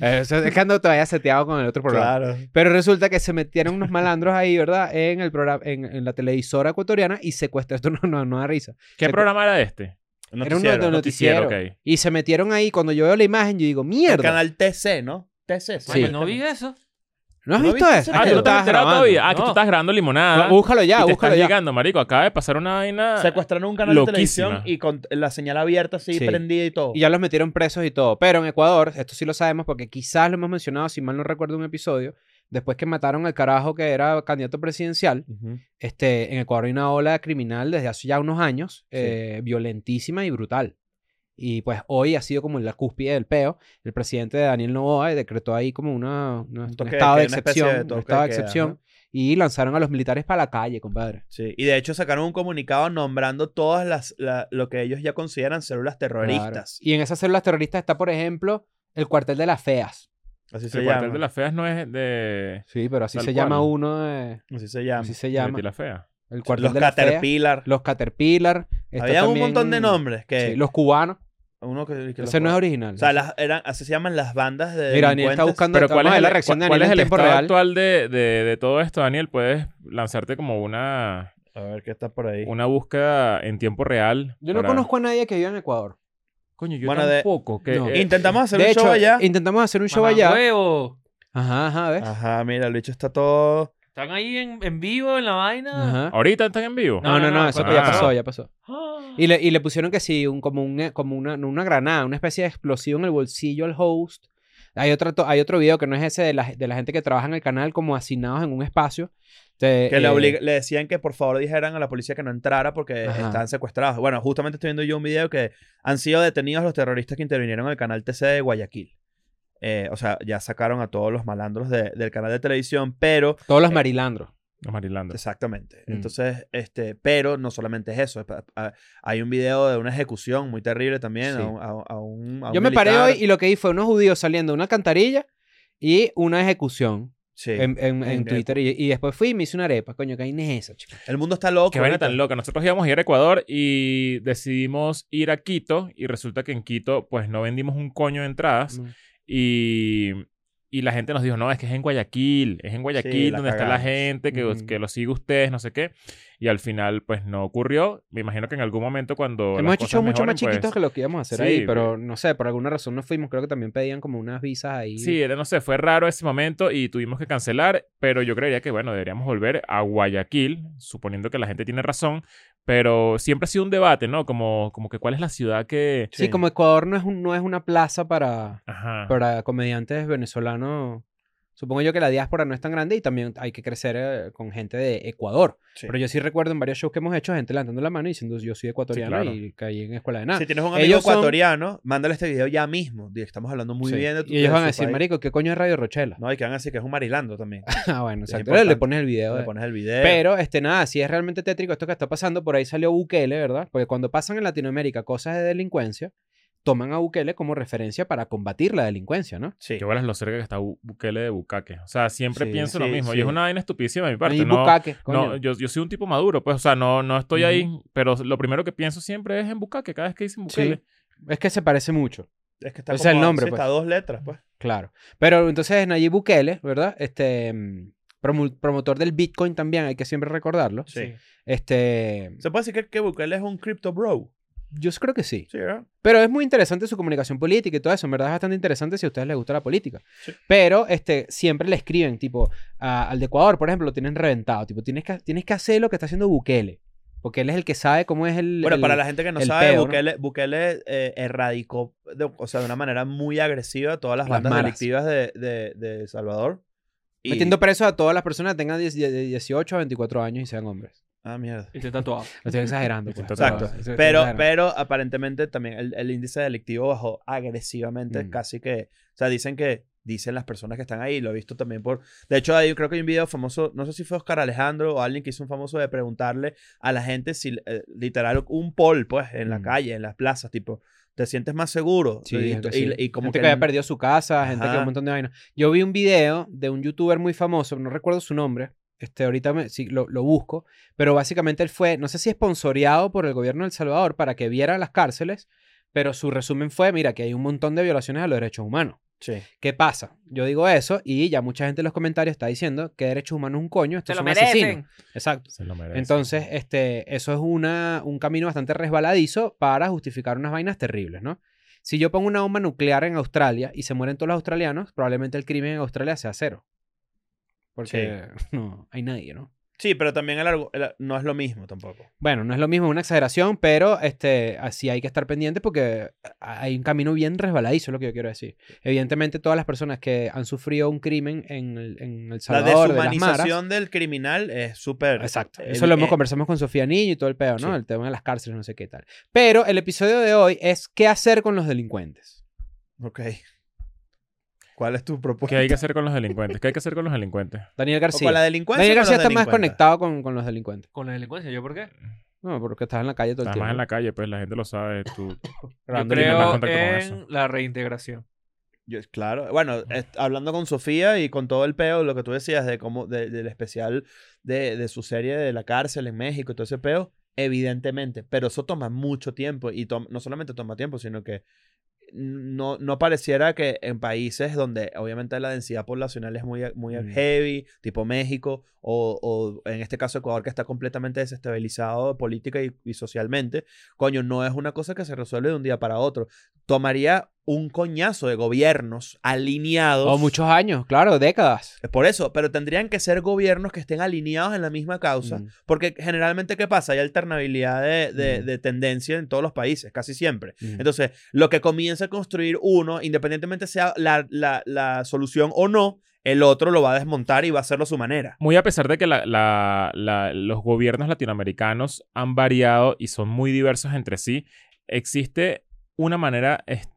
A: Eh, o sea, es que ando todavía seteado con el otro programa.
C: Claro.
A: Pero resulta que se metieron unos malandros ahí, ¿verdad? En el programa, en, en la televisora ecuatoriana y secuestraron. Esto no, no, no da risa.
B: ¿Qué
A: Se-
B: programa era este?
C: Un
A: Era uno
C: noticiero.
A: de los noticiero.
B: ok.
A: Y se metieron ahí. Cuando yo veo la imagen, yo digo,
C: El
A: mierda.
C: canal TC, ¿no? TC.
A: Sí.
D: no vi eso.
A: ¿No has
C: ¿No
A: visto
C: viste
A: eso?
C: ese
A: Ah,
B: Ah,
A: que
B: tú
A: lo
B: no te has
A: estabas
B: enterado
A: grabando.
B: todavía. Ah, que
D: No.
B: tú estás grabando limonada.
A: Búscalo
B: y
A: ya,
B: te estás
A: búscalo ya.
B: llegando, marico. Acaba de pasar una vaina.
C: Secuestraron un canal
B: Loquísima.
C: de televisión y con la señal abierta así,
A: Sí.
C: prendida y todo.
A: Y ya los metieron presos y todo. Pero en Ecuador, esto sí lo sabemos porque quizás lo hemos mencionado, si mal no recuerdo un episodio, después que mataron al carajo que era candidato presidencial,
C: Ujú.
A: este, en Ecuador hay una ola criminal desde hace ya unos años, eh, violentísima y brutal. Y pues hoy ha sido como la cúspide del peo. El presidente Daniel Novoa decretó ahí como una, una- un
C: toque de
A: estado de
C: queda, una especie
A: excepción.
C: de
A: un
C: toque
A: estado
C: de
A: de
C: queda,
A: excepción.
C: ¿no?
A: Y lanzaron a los militares para la calle, compadre.
C: Sí, y de hecho sacaron un comunicado nombrando todas las la- lo que ellos ya consideran células terroristas.
A: Claro. Y en esas células terroristas está, por ejemplo, el cuartel de las feas.
C: Así se
B: El
C: llama.
B: cuartel de las feas no es de.
A: Sí, pero así
B: Tal
A: se llama
B: cual.
A: uno de...
C: Así se llama.
A: Así se
B: de
A: llama.
B: Betty la fea.
A: El cuartel
C: Los
A: de la fea,
C: Caterpillar.
A: Los Caterpillar. está
C: Había un
A: también-
C: montón de nombres que
A: Sí, los cubanos.
C: uno que, que los
A: Ese no es
C: puedo-
A: original.
C: O sea, las, eran, así se llaman las bandas de
A: Mira, Daniel está
C: delincuentes.
A: buscando
B: Pero ¿cuál
A: vamos
B: es,
A: a ver
B: el,
A: la reacción de
B: cuál
A: Daniel
B: es el
A: en tiempo
B: estado
A: real.
B: actual de, de- de todo esto, Daniel? Puedes lanzarte como una,
C: A ver qué está por ahí.
B: una búsqueda en tiempo real.
A: Yo no
B: para-
A: conozco a nadie que viva en Ecuador.
B: Coño, yo
C: Bueno, de-
B: tampoco. que-
A: No.
B: eh,
C: Intentamos hacer
A: de
C: un
A: hecho,
C: show allá.
A: intentamos hacer un show
D: Mamá
A: allá.
D: huevo.
A: Ajá, ajá, ¿ves?
C: Ajá, mira, el bicho está todo.
D: Están ahí en, en vivo, en la vaina.
A: Ajá.
B: ¿Ahorita están en vivo?
A: No, no, no, eso
B: cuando
A: ya
B: pasó.
A: pasó, ya pasó.
D: Ah.
A: Y le, y le pusieron que sí, un, como, un, eh, como una, no una granada, una especie de explosivo en el bolsillo al host. Hay, otra, to- hay otro video que no es ese de la, de la gente que trabaja en el canal como hacinados en un espacio. Te-
C: Que le,
A: eh,
C: oblig- le decían que por favor dijeran a la policía que no entrara porque
A: Ajá.
C: están secuestrados. Bueno, justamente estoy viendo yo un video que han sido detenidos los terroristas que intervinieron en el canal TC de Guayaquil. Eh, o sea, ya sacaron a todos los malandros de- del canal de televisión, pero
A: Todos los marilandros.
B: Los marilandos.
C: Exactamente.
A: Mm.
C: Entonces, este, pero no solamente es eso. es pa- pa- Hay un video de una ejecución muy terrible también.
A: Sí.
C: A, un- a- a un, a un
A: Yo me paré
C: militar.
A: hoy y lo que vi fue unos judíos saliendo de una alcantarilla y una ejecución
C: Sí.
A: en, en- en
C: En-
A: Twitter. Y, y después fui y me hice una arepa. Coño, ¿qué vaina es esa, chico?
C: El mundo está loco.
B: Qué vaina
C: ahorita.
B: tan loca. Nosotros íbamos a ir a Ecuador y decidimos ir a Quito y resulta que en Quito pues no vendimos un coño de entradas
A: No.
B: y, y la gente nos dijo, no, es que es en Guayaquil, es en Guayaquil
C: la
B: donde está la
C: cagamos.
B: gente que,
A: Ujú.
B: que lo sigue ustedes, no sé qué. Y al final pues no ocurrió. Me imagino que en algún momento cuando...
A: Hemos
B: las
A: hecho
B: cosas
A: shows mucho
B: mejoren,
A: más chiquitos
B: pues,
A: que los que íbamos a hacer
B: Sí,
A: ahí,
C: pues.
A: pero no sé, por alguna razón no fuimos. Creo que también pedían como unas visas ahí.
B: Sí, era- no sé, fue raro ese momento y tuvimos que cancelar, pero yo creería que, bueno, deberíamos volver a Guayaquil, suponiendo que la gente tiene razón, pero siempre ha sido un debate, ¿no? Como, como que cuál es la ciudad que...
A: Sí, como Ecuador no es, un- no es una plaza para,
B: Ajá.
A: para comediantes venezolanos. Supongo yo que la diáspora no es tan grande y también hay que crecer eh, con gente de Ecuador.
C: Sí.
A: Pero yo sí recuerdo en varios shows que hemos hecho gente levantando la mano y diciendo yo soy ecuatoriano
B: claro.
A: y caí en escuela de nada.
C: si tienes un amigo
A: ellos son-
C: ecuatoriano, mándale este video ya mismo. Di- Estamos hablando muy
A: Sí.
C: bien de tu
A: Y ellos
C: de
A: van
C: su
A: a decir,
C: país.
A: marico, ¿qué coño es Radio Rochela?
C: No, y que van a decir que es un marilando también.
A: ah, bueno,
C: Es
A: exacto. Le- Le
C: importante.
A: pones el video.
C: Le
A: eh.
C: pones el video.
A: Pero, este, nada, si es realmente tétrico esto que está pasando, por ahí salió Bukele, ¿verdad? Porque cuando pasan en Latinoamérica cosas de delincuencia, toman a Bukele como referencia para combatir la delincuencia, ¿no?
C: Sí.
B: Qué bolas lo cerca que está Bu- Bukele de Bucaque. O sea, siempre
C: Sí,
B: pienso
C: sí,
B: lo mismo.
C: sí.
B: Y es una vaina estupidísima de mi parte.
A: Ahí
B: No,
A: Bukake, coño.
B: no, yo, yo soy un tipo maduro, pues, o sea, no, no estoy
A: Ujú.
B: ahí, pero lo primero que pienso siempre es en Bucaque, cada vez que dicen Bukele.
A: Es que se parece mucho.
C: Es que está
A: O sea, el
C: como-
A: nombre,
C: sí, está
A: pues.
C: a dos letras, pues.
A: Claro. Pero entonces Nayib Bukele, ¿verdad? Este mm, promu- promotor del Bitcoin también, hay que siempre recordarlo.
C: Sí.
A: Este,
C: Se puede decir que, que Bukele es un crypto bro.
A: yo creo que sí.
C: Sí, ¿verdad?
A: Pero es muy interesante su comunicación política y todo eso. En verdad es bastante interesante si a ustedes les gusta la política.
C: Sí.
A: Pero este, siempre le escriben, tipo, a- al de Ecuador, por ejemplo, lo tienen reventado. Tipo, tienes que, tienes que hacer lo que está haciendo Bukele. Porque él es el que sabe cómo es el.
C: Bueno,
A: el-
C: para la gente que no
A: el
C: sabe,
A: peo, ¿no?
C: Bukele, Bukele, eh, erradicó, de, o sea, de una manera muy agresiva todas las
A: Las
C: bandas
A: maras.
C: delictivas de, de, de El Salvador. Y-
A: Metiendo preso a todas las personas que tengan 10 de 18 a 24 años y sean hombres.
C: Ah, mierda.
D: Y te tatuado.
A: Lo estoy exagerando. pues,
B: Exacto.
A: pero-
C: Pero,
A: estoy exagerando.
C: pero aparentemente también el, el índice delictivo bajó agresivamente,
A: Mm.
C: casi que, o sea, dicen que, dicen las personas que están ahí, lo he visto también por, de hecho, hay, creo que hay un video famoso, no sé si fue Oscar Alejandro o alguien que hizo un famoso de preguntarle a la gente si, eh, literal, un poll, pues, en la
A: Mm.
C: calle, en las plazas, tipo, ¿te sientes más seguro?
A: Sí,
C: y,
A: gente,
C: y-
A: sí.
C: y como
A: gente
C: que
A: que, había perdido su casa, gente que
C: Ajá.
A: un montón de vainas. Yo vi un video de un youtuber muy famoso, no recuerdo su nombre, este, ahorita me- sí, lo, lo busco, pero básicamente él fue, no sé si esponsoreado por el gobierno de El Salvador para que viera las cárceles, pero su resumen fue, mira, que hay un montón de violaciones a los derechos humanos.
C: Sí.
A: ¿Qué pasa? Yo digo eso y ya mucha gente en los comentarios está diciendo que derechos humanos es un coño,
D: Se
A: estos
D: lo
A: son
D: merecen.
A: asesinos. Exacto.
B: Se lo merece.
A: Entonces, este, eso es una, un camino bastante resbaladizo para justificar unas vainas terribles, ¿no? Si yo pongo una bomba nuclear en Australia y se mueren todos los australianos, probablemente el crimen en Australia sea cero. Porque no hay nadie, ¿no?
C: Sí, pero también el argu- el- no es lo mismo tampoco.
A: Bueno, no es lo mismo, es una exageración, pero este, así hay que estar pendiente porque hay un camino bien resbaladizo, es lo que yo quiero decir. Evidentemente, todas las personas que han sufrido un crimen en El, en El Salvador,
C: la
A: de las maras,
C: deshumanización del criminal es súper.
A: Exacto.
C: eh,
A: Eso lo hemos
C: eh,
A: conversamos con Sofía Niño y todo el pedo, ¿no?
C: Sí.
A: El tema de las cárceles, no sé qué tal. Pero el episodio de hoy es qué hacer con los delincuentes.
C: Ok. ¿Cuál es tu propuesta?
A: pues,
B: ¿Qué hay que hacer con los delincuentes? ¿Qué hay que hacer con los delincuentes?
A: Daniel
C: ¿O
A: García.
C: con la delincuencia?
A: Daniel
C: o con
A: García
C: los
A: está más
C: delincuentes?
A: conectado con, con los delincuentes.
D: Con la delincuencia, ¿yo por qué?
A: No, porque estás en la calle todo el
B: Estás
A: tiempo.
B: más en la calle, pues la gente lo sabe. Tú,
D: Yo
B: tenía más
D: creo
B: contacto con eso.
D: en la reintegración.
C: Yo- claro, bueno, est- hablando con Sofía y con todo el peo, lo que tú decías de cómo, de- del especial de, de su serie de la cárcel en México y todo ese peo, evidentemente, pero eso toma mucho tiempo y tom- no solamente toma tiempo, sino que no, no pareciera que en países donde obviamente la densidad poblacional es muy, muy
A: Mm.
C: heavy, tipo México, o, o en este caso Ecuador que está completamente desestabilizado política y- y socialmente, coño, no es una cosa que se resuelve de un día para otro tomaría un coñazo de gobiernos alineados.
A: O muchos años, claro, décadas.
C: Es Por eso, pero tendrían que ser gobiernos que estén alineados en la misma causa,
A: Mm.
C: porque generalmente, ¿qué pasa? Hay alternabilidad de, de-
A: Mm.
C: de tendencia en todos los países, casi siempre.
A: Mm.
C: Entonces, lo que comienza a construir uno, independientemente sea la, la- la solución o no, el otro lo va a desmontar y va a hacerlo a su manera.
B: Muy a pesar de que la- la- la- los gobiernos latinoamericanos han variado y son muy diversos entre sí, existe una manera es-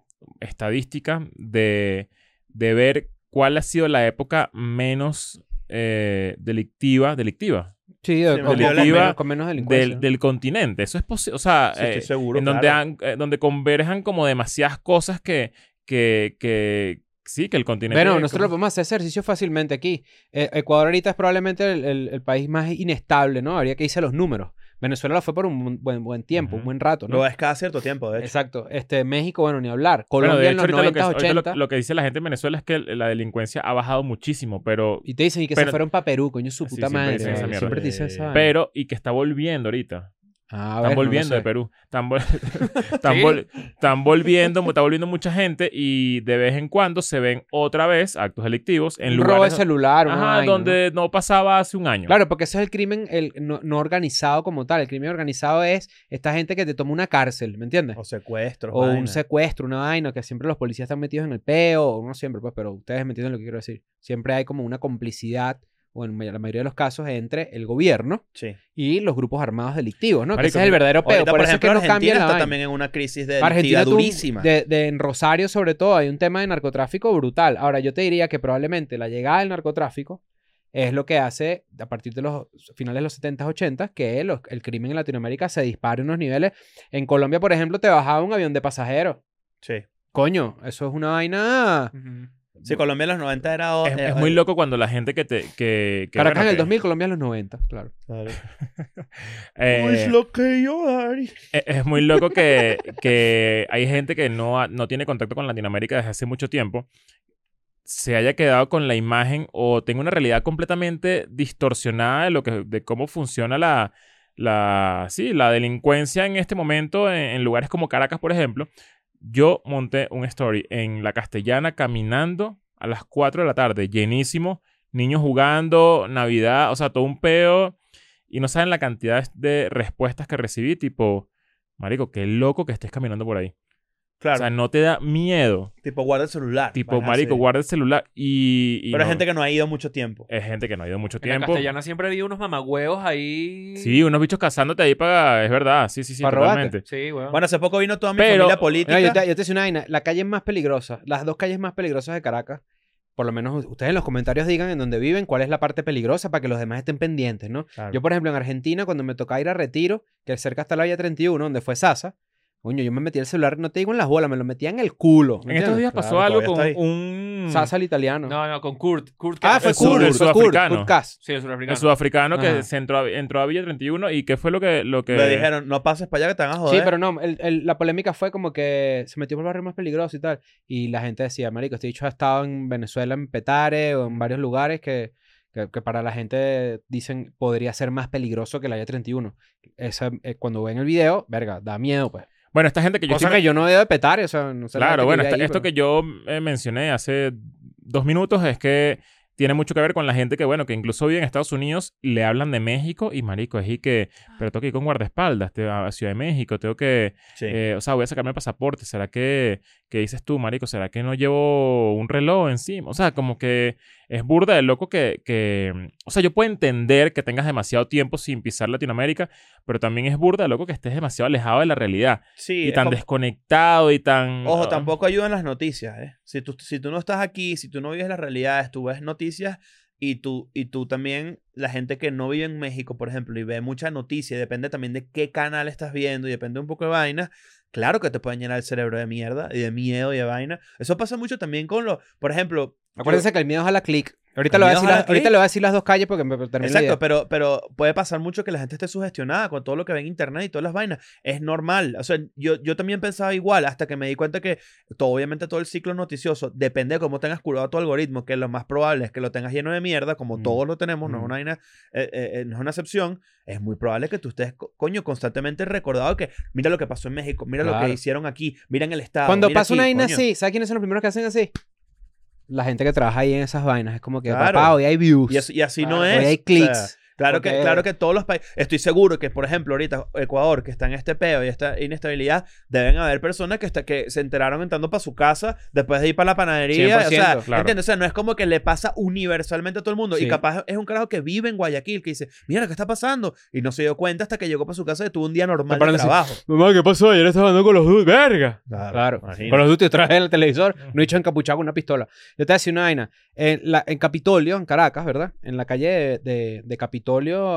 B: estadística de, de ver cuál ha sido la época menos eh, delictiva, delictiva
A: Sí, de-
C: Sí,
A: con,
B: delictiva
A: con menos, con menos delincuencia.
B: del, del continente. Eso es posible. O sea,
C: Sí, estoy
B: eh,
C: seguro.
B: en donde,
C: claro.
B: han- eh, donde converjan como demasiadas cosas que, que, que sí, que el continente...
A: Bueno, nosotros lo
B: como-
A: podemos hacer ejercicio fácilmente aquí. Eh, Ecuador ahorita es probablemente el, el- el país más inestable, ¿no? Habría que irse a los números. Venezuela lo fue por un buen, buen tiempo,
B: Ujú.
A: un buen rato, ¿no?
C: Lo es cada cierto tiempo, de hecho.
A: Exacto. Este, México, bueno, ni hablar. Colombia
B: Bueno, de
A: en
B: hecho,
A: los
B: ahorita
A: 90,
B: lo que, ahorita lo-
A: 80.
B: lo que dice la gente en Venezuela es que la delincuencia ha bajado muchísimo, pero,
A: Y te dicen, y que se
B: pero-
A: fueron para Perú, coño, su
B: Sí,
A: puta
B: siempre
A: madre.
B: dicen esa
A: vale.
B: mierda.
A: Siempre te dicen esa
C: Eh,
A: vaina.
B: pero y que está volviendo ahorita.
A: Ah,
B: Están
A: bueno, no
B: volviendo
A: sé.
B: de Perú. Están, vol- están vol- están volviendo, está volviendo mucha gente y de vez en cuando se ven otra vez actos delictivos en
A: Un robo de
B: lugares
A: celular, una
B: Ajá,
A: vaina, ¿no?
B: donde ¿no? pasaba hace un año.
A: Claro, porque ese es el crimen el, no, no organizado como tal. El crimen organizado es esta gente que te toma una cárcel, ¿me entiendes?
C: O secuestros.
A: O un
C: vainas.
A: secuestro, una vaina, que siempre los policías están metidos en el peo, o no siempre, pues, pero ustedes me entienden lo que quiero decir. Siempre hay como una complicidad, o en may- la mayoría de los casos, entre el gobierno
C: Sí.
A: y los grupos armados delictivos, ¿no? que
B: Marico,
A: ese es el verdadero peo.
C: Ahorita,
A: por,
C: por
A: eso
C: ejemplo,
A: es que no
C: Argentina
A: cambia la
C: está
A: vaina.
C: también en una crisis de
A: Argentina
C: delictividad
A: tuvo un-
C: durísima.
A: De, de- en Rosario, sobre todo, hay un tema de narcotráfico brutal. Ahora, yo te diría que probablemente la llegada del narcotráfico es lo que hace, a partir de los finales de los 70s, 80s, que los- el crimen en Latinoamérica se dispare unos niveles. En Colombia, por ejemplo, te bajaba un avión de pasajeros.
C: Sí.
A: Coño, eso es una vaina.
D: Ujú.
C: Sí, Colombia en los 90 era... eh,
B: Es, es muy loco cuando la gente que te... Que, que,
A: Caracas en
B: bueno,
A: el
B: que-
A: 2000, Colombia en los 90, claro.
B: eh,
C: es lo que yo haría.
B: Es, Eh, es muy loco que, que hay gente que no, ha- no tiene contacto con Latinoamérica desde hace mucho tiempo se haya quedado con la imagen o tenga una realidad completamente distorsionada de lo que de cómo funciona la la sí, la delincuencia en este momento en, en lugares como Caracas, por ejemplo. Yo monté un story en la Castellana caminando a las 4 de la tarde, llenísimo, niños jugando, Navidad, o sea, todo un peo y no saben la cantidad de respuestas que recibí tipo Marico, qué loco que estés caminando por ahí.
C: Claro.
B: O sea, no te da miedo.
C: tipo, guarda el celular.
B: Tipo,
C: vainas
B: marico,
C: así.
B: guarda el celular y... y
C: Pero hay
B: no-
C: gente que no ha ido mucho
A: Eh,
C: tiempo.
B: es gente que no ha ido mucho
D: En la
B: tiempo.
D: castellana siempre había unos mamagüeos ahí.
B: Sí, unos bichos cazándote ahí para... Es verdad, sí, sí, sí,
A: Para
B: totalmente.
D: Sí, bueno.
C: Bueno, hace poco vino toda mi
B: Pero-
C: familia política.
A: Mira, yo, te, yo te hice una vaina. La calle más peligrosa, las dos calles más peligrosas de Caracas, por lo menos ustedes en los comentarios digan en dónde viven, cuál es la parte peligrosa para que los demás estén pendientes, ¿no?
C: Claro.
A: Yo, por ejemplo, en Argentina, cuando me tocaba ir a Retiro, que cerca está la Villa 31, donde fue Sasa, coño, yo me metí el celular, no te digo en las bolas, me lo metía en el culo. ¿me
B: En estos
A: entiendes?
B: días pasó
C: Claro,
B: algo con
C: todavía está
B: un...
A: Sasa el italiano.
D: No, no, con Kurt. Kurt
A: ah,
D: Cass.
A: fue
B: el sur,
A: Kurt,
B: el
A: fue Kurt,
B: sudafricano.
A: Kurt Cass.
D: Sí, el surafricano.
B: El sudafricano
A: Ajá.
B: que se entró, a- entró a Villa 31 y qué fue lo que... Lo que...
C: Le dijeron, no pases para allá que te van a joder.
A: Sí, pero no, el- el- la polémica fue como que se metió por el barrio más peligroso y tal. Y la gente decía, marico, este dicho ha estado en Venezuela, en Petare o en varios lugares que, que, que para la gente dicen podría ser más peligroso que la Vía 31. Esa, eh, cuando ven el video, verga, da miedo, pues.
B: Bueno, esta gente que yo...
A: Cosa
B: estoy-
A: que yo no veo de Petare, o sea, no sé. la
B: Claro,
A: gente
C: pues.
B: bueno,
A: vive
B: esta-
A: ahí,
B: esto
A: pero-
B: que yo eh, mencioné hace dos minutos es que tiene mucho que ver con la gente que, bueno, que incluso vive en Estados Unidos y le hablan de México y marico, es y que, pero tengo que ir con guardaespaldas te- a Ciudad de México, tengo que,
C: Sí.
B: eh, o sea, voy a sacarme el pasaporte. ¿Será que, que dices tú, marico? ¿Será que no llevo un reloj encima? O sea, como que es burda de loco que, que... O sea, yo puedo entender que tengas demasiado tiempo sin pisar Latinoamérica, pero también es burda de loco que estés demasiado alejado de la realidad.
C: sí,
B: Y,
C: es
B: tan
C: como-
B: desconectado y tan...
C: Ojo,
B: ah,
C: tampoco ayudan las noticias, ¿eh? Si tú, si tú no estás aquí, si tú no vives las realidades, tú ves noticias y tú, y tú también, la gente que no vive en México, por ejemplo, y ve mucha noticia, y depende también de qué canal estás viendo y depende un poco de vaina, claro que te pueden llenar el cerebro de mierda y de miedo y de vaina. Eso pasa mucho también con los, por ejemplo... yo-
A: Acuérdense que el miedo es a la click. Ahorita,
C: El
A: lo voy, a
C: miedo es a
A: decir
C: la
A: las- ahorita
C: click.
A: le voy a decir las dos calles porque me termino la idea.
C: Exacto, pero, pero puede pasar mucho que la gente esté sugestionada con todo lo que ve en internet y todas las vainas. Es normal. O sea, yo, yo también pensaba igual hasta que me di cuenta que todo, obviamente todo el ciclo noticioso depende de cómo tengas curado tu algoritmo, que lo más probable es que lo tengas lleno de mierda, como
B: Mm.
C: todos lo tenemos, no, es
B: Mm.
C: una, vaina- eh, eh, eh, no es una excepción. Es muy probable que tú estés, co- coño, constantemente recordado que mira lo que pasó en México, mira lo
A: Claro.
C: que hicieron aquí, mira en el estado.
A: Cuando
C: mira
A: pasa
C: aquí,
A: una vaina
C: coño.
A: así, ¿sabes quiénes son los primeros que hacen así? La gente que trabaja ahí en esas vainas. Es como que,
C: Claro.
A: papá, hoy hay views.
C: Y, así- y así no
D: Claro.
C: es.
A: hoy hay
C: O sea,
A: clics.
C: Claro,
A: Porque-
C: que, claro que todos los países. Estoy seguro que, por ejemplo, ahorita Ecuador, que está en este peo y esta inestabilidad, deben haber personas que, está, que se enteraron entrando para su casa después de ir para la panadería. o
A: 100%,
C: sea,
B: claro.
C: ¿entiendes? O sea, no es como que le pasa universalmente a todo el mundo.
A: Sí.
C: Y capaz es un carajo que vive en Guayaquil que dice, mira, ¿qué está pasando? Y no se dio cuenta hasta que llegó para su casa y tuvo un día normal
A: Capaz
C: de
A: no dice,
C: trabajo.
A: Mamá, ¿qué pasó? Ayer estaba andando con los dudes. ¡Verga! Claro.
C: imagínate.
A: Con los dudes traje el televisor. No he hecho encapuchado con una pistola. Yo te voy a decir una vaina. En, la- en Capitolio, en Caracas, ¿verdad? En la calle de, de- de Capitolio